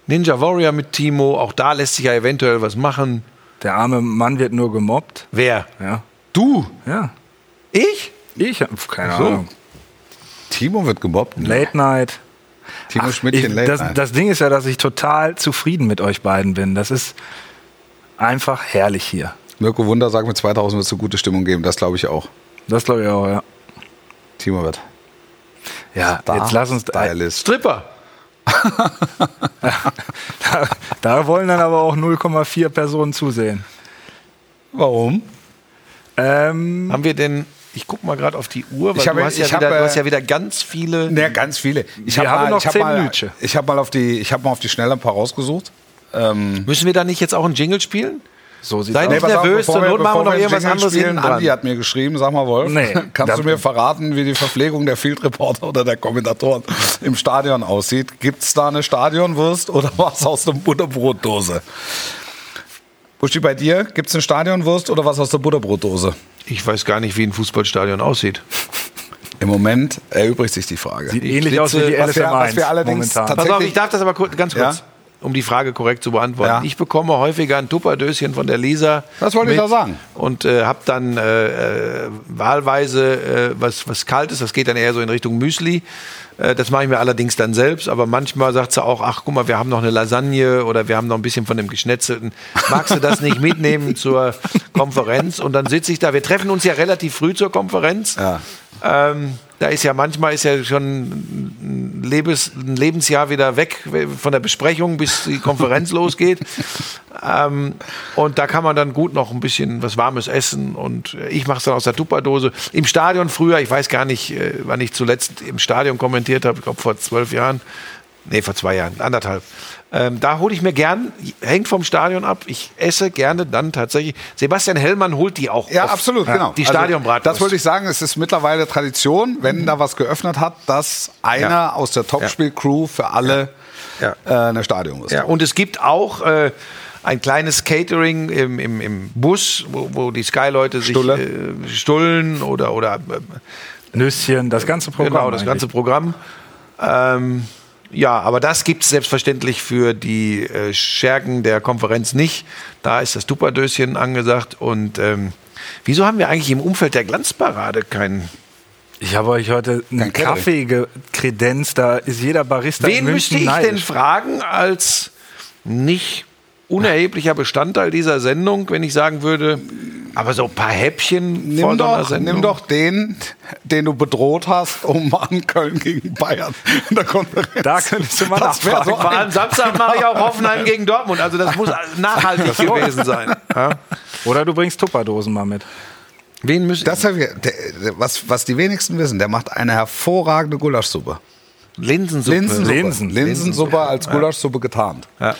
[SPEAKER 2] Ninja Warrior mit Timo, auch da lässt sich ja eventuell was machen.
[SPEAKER 5] Der arme Mann wird nur gemobbt.
[SPEAKER 2] Wer?
[SPEAKER 5] Ja.
[SPEAKER 4] Du,
[SPEAKER 5] ja.
[SPEAKER 2] Ich?
[SPEAKER 5] Ich habe keine
[SPEAKER 4] so.
[SPEAKER 5] Ahnung.
[SPEAKER 4] Timo wird gemobbt. ne?
[SPEAKER 5] Late Night.
[SPEAKER 4] Timo
[SPEAKER 5] Ach,
[SPEAKER 4] Schmidtchen
[SPEAKER 5] ich-
[SPEAKER 4] Late
[SPEAKER 5] das,
[SPEAKER 4] Night.
[SPEAKER 5] das Ding ist ja, dass ich total zufrieden mit euch beiden bin. Das ist einfach herrlich hier.
[SPEAKER 4] Mirko Wunder sagt, mit 2000 wird es eine gute Stimmung geben. Das glaube ich auch.
[SPEAKER 5] Das glaube ich auch, ja.
[SPEAKER 4] Timo wird.
[SPEAKER 5] Ja, jetzt lass uns. Da,
[SPEAKER 4] Stylist.
[SPEAKER 2] Stripper.
[SPEAKER 5] da wollen dann aber auch 0,4 Personen zusehen.
[SPEAKER 4] Warum?
[SPEAKER 5] Ähm,
[SPEAKER 2] Haben wir denn... Ich guck mal gerade auf die Uhr, weil
[SPEAKER 4] Ich habe-
[SPEAKER 2] du, hast ja
[SPEAKER 4] ich habe,
[SPEAKER 2] wieder, du
[SPEAKER 4] äh, Ne.
[SPEAKER 2] hast ja wieder ganz viele...
[SPEAKER 4] Ja, ganz viele. Ich
[SPEAKER 5] Wir haben
[SPEAKER 4] mal,
[SPEAKER 5] noch
[SPEAKER 4] ich habe
[SPEAKER 5] zehn
[SPEAKER 4] mal,
[SPEAKER 5] Minütchen.
[SPEAKER 4] ich habe mal auf die, ich habe mal auf die Schnelle ein paar rausgesucht.
[SPEAKER 2] Müssen wir da nicht jetzt auch einen Jingle spielen?
[SPEAKER 5] so sieht's
[SPEAKER 2] Sei
[SPEAKER 5] aus.
[SPEAKER 2] nicht
[SPEAKER 4] pass auf,
[SPEAKER 2] nervös,
[SPEAKER 4] bevor
[SPEAKER 2] zur
[SPEAKER 4] wir-
[SPEAKER 2] Not machen wir
[SPEAKER 4] bevor
[SPEAKER 2] noch
[SPEAKER 4] einen
[SPEAKER 2] irgendwas
[SPEAKER 4] Jingle
[SPEAKER 2] anderes
[SPEAKER 4] spielen,
[SPEAKER 2] hinten dran.
[SPEAKER 4] Andi hat mir geschrieben, sag mal Wolf,
[SPEAKER 5] Nee.
[SPEAKER 4] kannst du
[SPEAKER 5] Da-
[SPEAKER 4] mir verraten, wie die Verpflegung der Field Reporter oder der Kommentatoren im Stadion aussieht? Gibt es da eine Stadionwurst oder was aus der Butterbrotdose? Buschi, bei dir, gibt es eine Stadionwurst oder was aus der Butterbrotdose?
[SPEAKER 2] Ich weiß gar nicht, wie ein Fußballstadion aussieht.
[SPEAKER 4] Im Moment erübrigt sich die Frage.
[SPEAKER 5] Sieht ähnlich aus wie
[SPEAKER 2] sitze-
[SPEAKER 5] die
[SPEAKER 4] was wir-
[SPEAKER 5] LSM1
[SPEAKER 4] was wir allerdings
[SPEAKER 5] momentan.
[SPEAKER 4] tats-
[SPEAKER 2] Pass auf,
[SPEAKER 4] Tatsächlich-
[SPEAKER 2] ich darf das aber kur- ganz kurz,
[SPEAKER 4] Ja?
[SPEAKER 2] um die Frage korrekt zu beantworten.
[SPEAKER 4] Ja.
[SPEAKER 2] Ich bekomme häufiger ein Tupperdöschen von der Lisa.
[SPEAKER 4] Das wollte ich
[SPEAKER 2] mit
[SPEAKER 4] doch sagen.
[SPEAKER 2] Und äh, habe dann äh, äh, wahlweise äh, was, was Kaltes, das geht dann eher so in Richtung Müsli. Äh, Das mache ich mir allerdings dann selbst, aber manchmal sagt sie auch, ach guck mal, wir haben noch eine Lasagne oder wir haben noch ein bisschen von dem Geschnetzelten. Magst du das nicht mitnehmen zur Konferenz? Und dann sitze ich da, wir treffen uns ja relativ früh zur Konferenz.
[SPEAKER 4] Ja.
[SPEAKER 2] Ähm, da ist ja manchmal ist ja schon ein, Lebens, ein Lebensjahr wieder weg von der Besprechung, bis die Konferenz losgeht. Ähm, und da kann man dann gut noch ein bisschen was Warmes essen. Und äh, ich mache es dann aus der Tupperdose. Im Stadion früher, ich weiß gar nicht, äh, wann ich zuletzt im Stadion kommentiert habe, ich glaube vor zwölf Jahren. Nee, vor zwei Jahren, anderthalb. Ähm, da hole ich mir gern, hängt vom Stadion ab, ich esse gerne dann tatsächlich. Sebastian Hellmann holt die auch.
[SPEAKER 4] Ja,
[SPEAKER 2] oft.
[SPEAKER 4] absolut, genau.
[SPEAKER 2] Die
[SPEAKER 4] Also,
[SPEAKER 2] Stadionbratwurst.
[SPEAKER 4] Das wollte ich sagen, es ist mittlerweile Tradition, wenn da was geöffnet hat, dass einer
[SPEAKER 2] Ja.
[SPEAKER 4] aus der Topspiel-Crew für alle
[SPEAKER 2] Ja.
[SPEAKER 4] Äh, eine Stadion ist.
[SPEAKER 2] Ja, und es gibt auch äh, ein kleines Catering im, im, im Bus, wo, wo die Sky-Leute sich
[SPEAKER 4] Stulle.
[SPEAKER 2] äh, stullen oder, oder äh,
[SPEAKER 5] Nüsschen, das ganze Programm.
[SPEAKER 2] genau das
[SPEAKER 5] eigentlich.
[SPEAKER 2] ganze Programm. Ähm, ja, aber das gibt es selbstverständlich für die äh, Schergen der Konferenz nicht. Da ist das Tupperdöschen angesagt. Und ähm, wieso haben wir eigentlich im Umfeld der Glanzparade keinen?
[SPEAKER 5] Ich habe euch heute
[SPEAKER 4] Kein
[SPEAKER 5] einen
[SPEAKER 4] Catering.
[SPEAKER 5] Kaffee gekredenzt, da ist jeder Barista in
[SPEAKER 2] Wen müsste
[SPEAKER 5] München
[SPEAKER 2] ich denn
[SPEAKER 5] neidisch.
[SPEAKER 2] fragen als nicht unerheblicher Bestandteil dieser Sendung, wenn ich sagen würde, aber so ein paar Häppchen vor
[SPEAKER 4] Nimm
[SPEAKER 2] so einer
[SPEAKER 4] doch,
[SPEAKER 2] Sendung.
[SPEAKER 4] nimm doch den, den du bedroht hast, um an Köln gegen Bayern in der Konferenz.
[SPEAKER 5] Da könntest du mal
[SPEAKER 4] Das wär
[SPEAKER 5] nachfragen.
[SPEAKER 4] so
[SPEAKER 2] Vor allem Samstag mache ich auch Hoffenheim gegen Dortmund. Also das muss nachhaltig gewesen sein. Ja?
[SPEAKER 5] Oder du bringst Tupperdosen mal mit.
[SPEAKER 2] Wen müsste
[SPEAKER 4] Das haben wir, der, der- was, was die wenigsten wissen, der macht eine hervorragende Gulaschsuppe.
[SPEAKER 2] Linsensuppe.
[SPEAKER 4] Linsensuppe.
[SPEAKER 5] Linsen.
[SPEAKER 4] Linsensuppe als Gulaschsuppe getarnt.
[SPEAKER 2] Ja.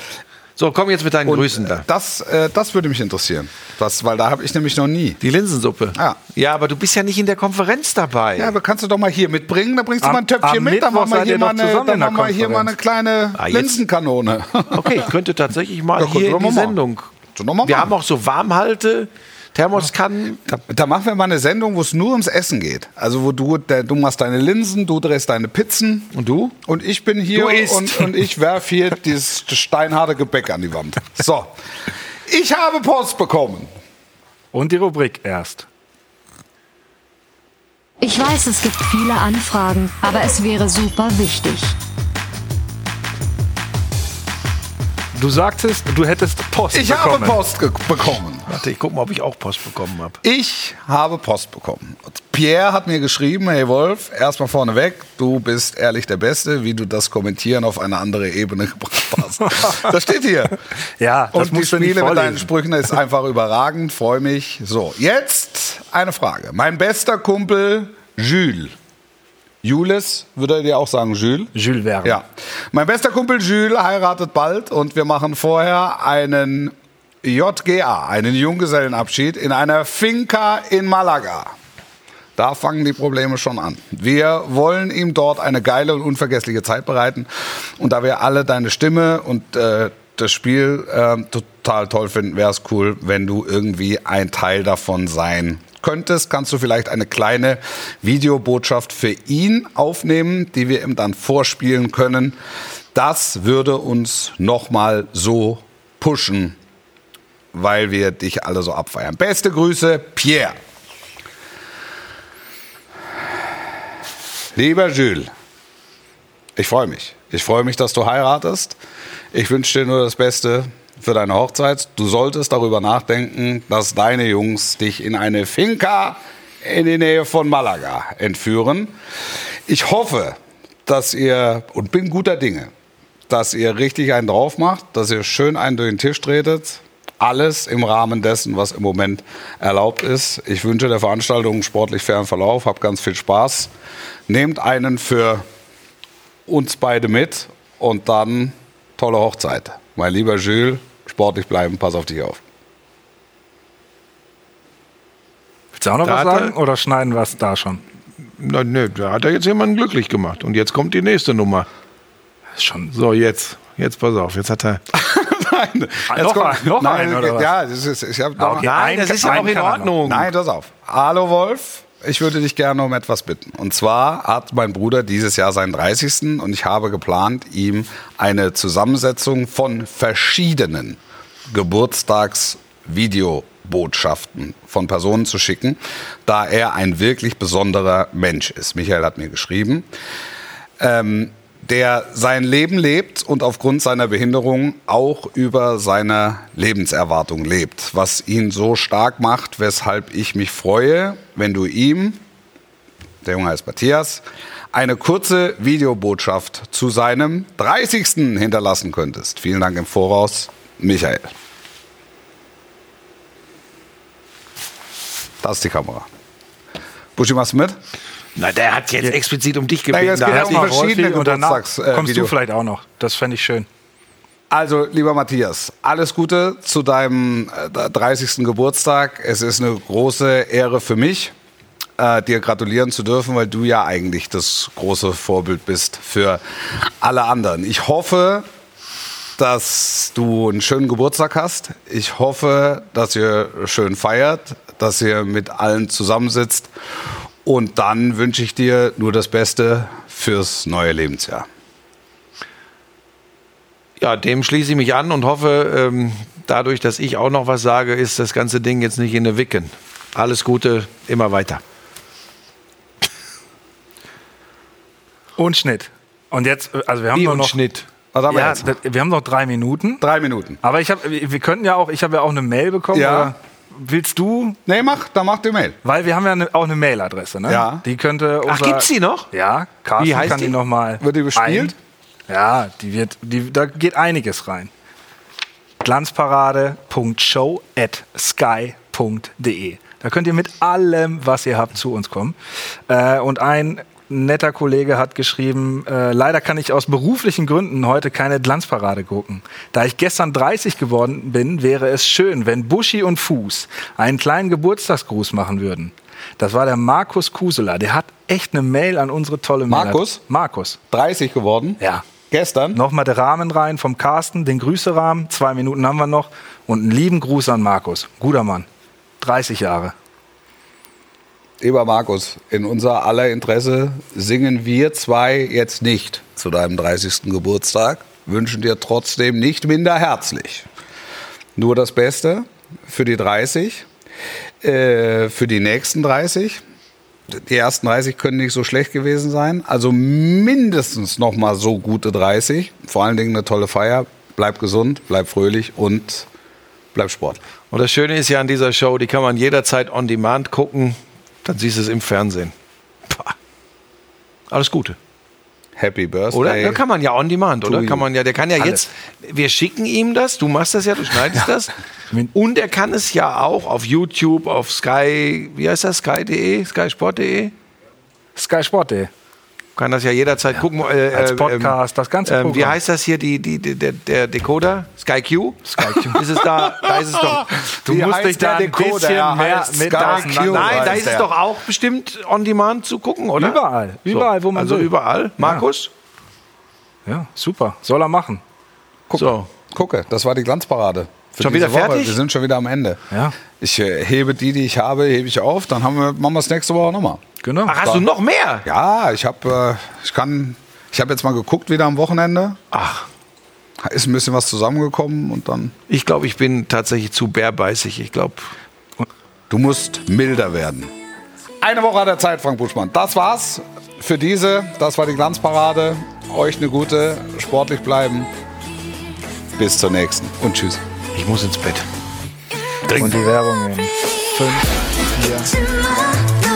[SPEAKER 2] So, komm jetzt mit deinen Grüßen da.
[SPEAKER 4] Das, äh, das würde mich interessieren. Das, weil da habe ich nämlich noch nie.
[SPEAKER 2] Die Linsensuppe.
[SPEAKER 4] Ah.
[SPEAKER 2] Ja, aber du bist ja nicht in der Konferenz dabei.
[SPEAKER 4] Ja, aber kannst du doch mal hier mitbringen, da bringst du
[SPEAKER 5] Am-
[SPEAKER 4] mal ein Töpfchen
[SPEAKER 5] am
[SPEAKER 4] mit, dann
[SPEAKER 5] Mittwoch
[SPEAKER 4] machen wir
[SPEAKER 5] seid
[SPEAKER 4] hier
[SPEAKER 5] ihr doch
[SPEAKER 4] mal eine,
[SPEAKER 5] zusammen
[SPEAKER 4] dann
[SPEAKER 5] in der
[SPEAKER 4] machen wir hier mal
[SPEAKER 5] Konferenz.
[SPEAKER 4] eine kleone
[SPEAKER 2] Ah, jetzt-
[SPEAKER 4] Linsenkanone.
[SPEAKER 2] Okay, ich könnte tatsächlich mal
[SPEAKER 4] Ja, gut,
[SPEAKER 2] hier in
[SPEAKER 4] wollen
[SPEAKER 2] die
[SPEAKER 4] wir mal.
[SPEAKER 2] Sendung.
[SPEAKER 4] Sollen wir mal
[SPEAKER 2] Wir
[SPEAKER 4] machen.
[SPEAKER 2] haben auch so Warmhalte, Thermoskannen.
[SPEAKER 4] Da, da machen wir mal eine Sendung, wo es nur ums Essen geht. Also wo du, der, du machst deine Linsen, du drehst deine Pizzen.
[SPEAKER 2] Und du?
[SPEAKER 4] Und ich bin hier
[SPEAKER 2] Du isst.
[SPEAKER 4] und, und ich werfe hier dieses steinharte Gebäck an die Wand. So. Ich habe Post bekommen.
[SPEAKER 5] Und die Rubrik erst.
[SPEAKER 3] Ich weiß, es gibt viele Anfragen, aber es wäre super wichtig.
[SPEAKER 5] Du sagtest, du hättest Post
[SPEAKER 4] Ich
[SPEAKER 5] bekommen.
[SPEAKER 4] habe Post ge- bekommen.
[SPEAKER 2] Warte, ich guck mal, ob ich auch Post bekommen habe.
[SPEAKER 4] Ich habe Post bekommen. Und Pierre hat mir geschrieben, hey Wolf, erstmal vorneweg, du bist ehrlich der Beste, wie du das Kommentieren auf eine andere Ebene gebracht hast. Das steht hier.
[SPEAKER 5] Ja, das
[SPEAKER 4] Und die
[SPEAKER 5] musst du nicht
[SPEAKER 4] Spiele mit
[SPEAKER 5] vorlesen.
[SPEAKER 4] deinen Sprüchen ist einfach überragend, freue mich. So, jetzt eine Frage. Mein bester Kumpel Jules. Jules, würde er dir auch sagen, Jules?
[SPEAKER 5] Jules Verne.
[SPEAKER 4] Ja. Mein bester Kumpel Jules heiratet bald und wir machen vorher einen JGA, einen Junggesellenabschied in einer Finca in Malaga. Da fangen die Probleme schon an. Wir wollen ihm dort eine geile und unvergessliche Zeit bereiten. Und da wir alle deine Stimme und äh, das Spiel ähm, total toll finden, wäre es cool, wenn du irgendwie ein Teil davon sein könntest. Kannst du vielleicht eine kleine Videobotschaft für ihn aufnehmen, die wir ihm dann vorspielen können. Das würde uns nochmal so pushen, weil wir dich alle so abfeiern. Beste Grüße, Pierre. Lieber Jules, ich freue mich. Ich freue mich, dass du heiratest. Ich wünsche dir nur das Beste für deine Hochzeit. Du solltest darüber nachdenken, dass deine Jungs dich in eine Finca in die Nähe von Malaga entführen. Ich hoffe, dass ihr, und bin guter Dinge, dass ihr richtig einen drauf macht, dass ihr schön einen durch den Tisch tretet. Alles im Rahmen dessen, was im Moment erlaubt ist. Ich wünsche der Veranstaltung einen sportlich fairen Verlauf. Habt ganz viel Spaß. Nehmt einen für uns beide mit und dann tolle Hochzeit. Mein lieber Jules, sportlich bleiben, pass auf dich auf.
[SPEAKER 5] Willst du auch noch
[SPEAKER 2] Da
[SPEAKER 5] was
[SPEAKER 2] hat er-
[SPEAKER 5] sagen oder schneiden wir es da schon?
[SPEAKER 2] Na, nö, da hat er jetzt jemanden glücklich gemacht. Und jetzt kommt die nächste Nummer.
[SPEAKER 5] Ist schon
[SPEAKER 2] So, jetzt. Jetzt pass auf, jetzt hat er.
[SPEAKER 4] nein,
[SPEAKER 5] Ah, noch ein- noch ein, oder was? Ah,
[SPEAKER 4] Ja, das ist, ich habe noch
[SPEAKER 5] okay. Nein, das ist ja auch in Ordnung.
[SPEAKER 4] Nein, pass auf. Hallo Wolf, ich würde dich gerne um etwas bitten. Und zwar hat mein Bruder dieses Jahr seinen 30. und ich habe geplant, ihm eine Zusammensetzung von verschiedenen Geburtstagsvideobotschaften von Personen zu schicken, da er ein wirklich besonderer Mensch ist. Michael hat mir geschrieben der sein Leben lebt und aufgrund seiner Behinderung auch über seine Lebenserwartung lebt, was ihn so stark macht, weshalb ich mich freue, wenn du ihm, der Junge heißt Matthias, eine kurze Videobotschaft zu seinem 30. hinterlassen könntest. Vielen Dank im Voraus, Michael. Das ist die Kamera. Buschi, machst du mit?
[SPEAKER 2] Na, der hat jetzt explizit um dich
[SPEAKER 4] Na,
[SPEAKER 2] gebeten.
[SPEAKER 4] jetzt geht
[SPEAKER 2] Da
[SPEAKER 4] er
[SPEAKER 2] hat
[SPEAKER 4] auch
[SPEAKER 2] die-
[SPEAKER 4] mal
[SPEAKER 5] erstmal
[SPEAKER 4] verschiedene
[SPEAKER 5] Rolfi und danach
[SPEAKER 4] Geburtstags- äh,
[SPEAKER 5] kommst
[SPEAKER 4] Video.
[SPEAKER 5] du vielleicht auch noch. Das fände ich schön.
[SPEAKER 4] Also, lieber Matthias, alles Gute zu deinem äh, 30. Geburtstag. Es ist eine große Ehre für mich, äh, dir gratulieren zu dürfen, weil du ja eigentlich das große Vorbild bist für alle anderen. Ich hoffe, dass du einen schönen Geburtstag hast. Ich hoffe, dass ihr schön feiert, dass ihr mit allen zusammensitzt. Und dann wünsche ich dir nur das Beste fürs neue Lebensjahr.
[SPEAKER 2] Ja, dem schließe ich mich an und hoffe, ähm, dadurch, dass ich auch noch was sage, ist das ganze Ding jetzt nicht in der Wicken. Alles Gute, immer weiter.
[SPEAKER 5] Und Schnitt. Und jetzt, also wir haben
[SPEAKER 2] Wie
[SPEAKER 5] nur
[SPEAKER 2] und
[SPEAKER 5] noch.
[SPEAKER 2] Schnitt.
[SPEAKER 4] Was haben wir
[SPEAKER 5] Ja,
[SPEAKER 4] jetzt?
[SPEAKER 5] das, wir haben noch drei Minuten.
[SPEAKER 4] Drei Minuten.
[SPEAKER 5] Aber ich habe, wir könnten ja auch, ich habe ja auch eine Mail bekommen.
[SPEAKER 4] Ja.
[SPEAKER 5] Oder willst du?
[SPEAKER 4] Nee, mach, dann mach die Mail.
[SPEAKER 5] Weil wir haben ja eine, auch eine Mailadresse, ne?
[SPEAKER 4] Ja.
[SPEAKER 5] Die könnte unser,
[SPEAKER 2] Ach, gibt's die noch?
[SPEAKER 5] Ja, Carsten
[SPEAKER 2] Wie heißt
[SPEAKER 5] kann die,
[SPEAKER 2] die?
[SPEAKER 5] noch mal.
[SPEAKER 4] Wird die bespielt?
[SPEAKER 5] Ein, ja, die wird, die, da geht einiges rein. Glanzparade.show at sky.de. Da könnt ihr mit allem, was ihr habt, zu uns kommen. Äh, und ein netter Kollege hat geschrieben, äh, leider kann ich aus beruflichen Gründen heute keine Glanzparade gucken. Da ich gestern 30 geworden bin, wäre es schön, wenn Buschi und Fuß einen kleinen Geburtstagsgruß machen würden. Das war der Markus Kuseler. Der hat echt eine Mail an unsere tolle Mail.
[SPEAKER 4] Markus?
[SPEAKER 5] Markus.
[SPEAKER 4] 30 geworden.
[SPEAKER 5] Ja.
[SPEAKER 4] Gestern.
[SPEAKER 5] Nochmal der Rahmen rein vom Carsten, den Grüßerahmen. Zwei Minuten haben wir noch. Und einen lieben Gruß an Markus. Guter Mann. 30 Jahre.
[SPEAKER 4] Lieber Markus, in unser aller Interesse singen wir zwei jetzt nicht zu deinem 30. Geburtstag, wünschen dir trotzdem nicht minder herzlich. Nur das Beste für die 30, äh, für die nächsten 30. Die ersten 30 können nicht so schlecht gewesen sein. Also mindestens noch mal so gute 30. Vor allen Dingen eine tolle Feier. Bleib gesund, bleib fröhlich und bleib Sport.
[SPEAKER 2] Und das Schöne ist ja an dieser Show, die kann man jederzeit on demand gucken. Dann siehst du es im Fernsehen. Pah. Alles Gute.
[SPEAKER 4] Happy Birthday.
[SPEAKER 2] Oder? Da kann man ja on demand, oder? Kann man ja, der kann ja
[SPEAKER 4] Alles.
[SPEAKER 2] jetzt, wir schicken ihm das, du machst das ja, du schneidest das. Und er kann es ja auch auf YouTube, auf Sky, wie heißt das, sky.de, skysport.de,
[SPEAKER 5] Sky Sport.de.
[SPEAKER 2] kann das ja jederzeit gucken. äh,
[SPEAKER 5] Als
[SPEAKER 2] äh,
[SPEAKER 5] Podcast, das ganze
[SPEAKER 2] ähm, Wie
[SPEAKER 5] Programm.
[SPEAKER 2] heißt das hier, die, die, die, der, der Decoder? Sky Q?
[SPEAKER 5] Sky Q.
[SPEAKER 2] Ist es da, da ist es doch.
[SPEAKER 5] Du
[SPEAKER 4] Wie
[SPEAKER 5] musst
[SPEAKER 4] heißt
[SPEAKER 5] dich da
[SPEAKER 4] der
[SPEAKER 5] ein
[SPEAKER 4] Decoder?
[SPEAKER 5] bisschen
[SPEAKER 4] Er
[SPEAKER 5] mehr
[SPEAKER 4] heißt
[SPEAKER 5] mit
[SPEAKER 4] Sky
[SPEAKER 5] auseinander-
[SPEAKER 4] Q.
[SPEAKER 2] Nein, da
[SPEAKER 4] weiß
[SPEAKER 2] ist es
[SPEAKER 4] der.
[SPEAKER 2] doch auch bestimmt on demand zu gucken, oder?
[SPEAKER 5] Überall. Überall, wo man
[SPEAKER 2] Also
[SPEAKER 5] will.
[SPEAKER 2] überall. Markus?
[SPEAKER 5] Ja, super. Soll er machen.
[SPEAKER 4] Guck,
[SPEAKER 2] So.
[SPEAKER 4] gucke, das war die Glanzparade. Für
[SPEAKER 2] Schon
[SPEAKER 4] diese
[SPEAKER 2] wieder fertig?
[SPEAKER 4] Wir sind schon wieder am Ende.
[SPEAKER 5] Ja.
[SPEAKER 4] Ich äh, hebe die, die ich habe, hebe ich auf, dann haben wir, machen wir es nächste Woche nochmal.
[SPEAKER 5] Genau.
[SPEAKER 2] Ach, hast du noch mehr?
[SPEAKER 4] Ja, ich habe, äh, ich kann, ich habe jetzt mal geguckt wieder am Wochenende.
[SPEAKER 2] Ach.
[SPEAKER 4] Ist ein bisschen was zusammengekommen und dann.
[SPEAKER 2] Ich glaube, ich bin tatsächlich zu bärbeißig. Ich glaube,
[SPEAKER 4] Du musst milder werden. Eine Woche hat er Zeit, Frank Buschmann. Das war's für diese. Das war die Glanzparade. Euch eine gute, sportlich bleiben. Bis zur nächsten und tschüss.
[SPEAKER 2] ich muss ins Bett.
[SPEAKER 5] Und die Werbung nehmen.
[SPEAKER 6] Tomorrow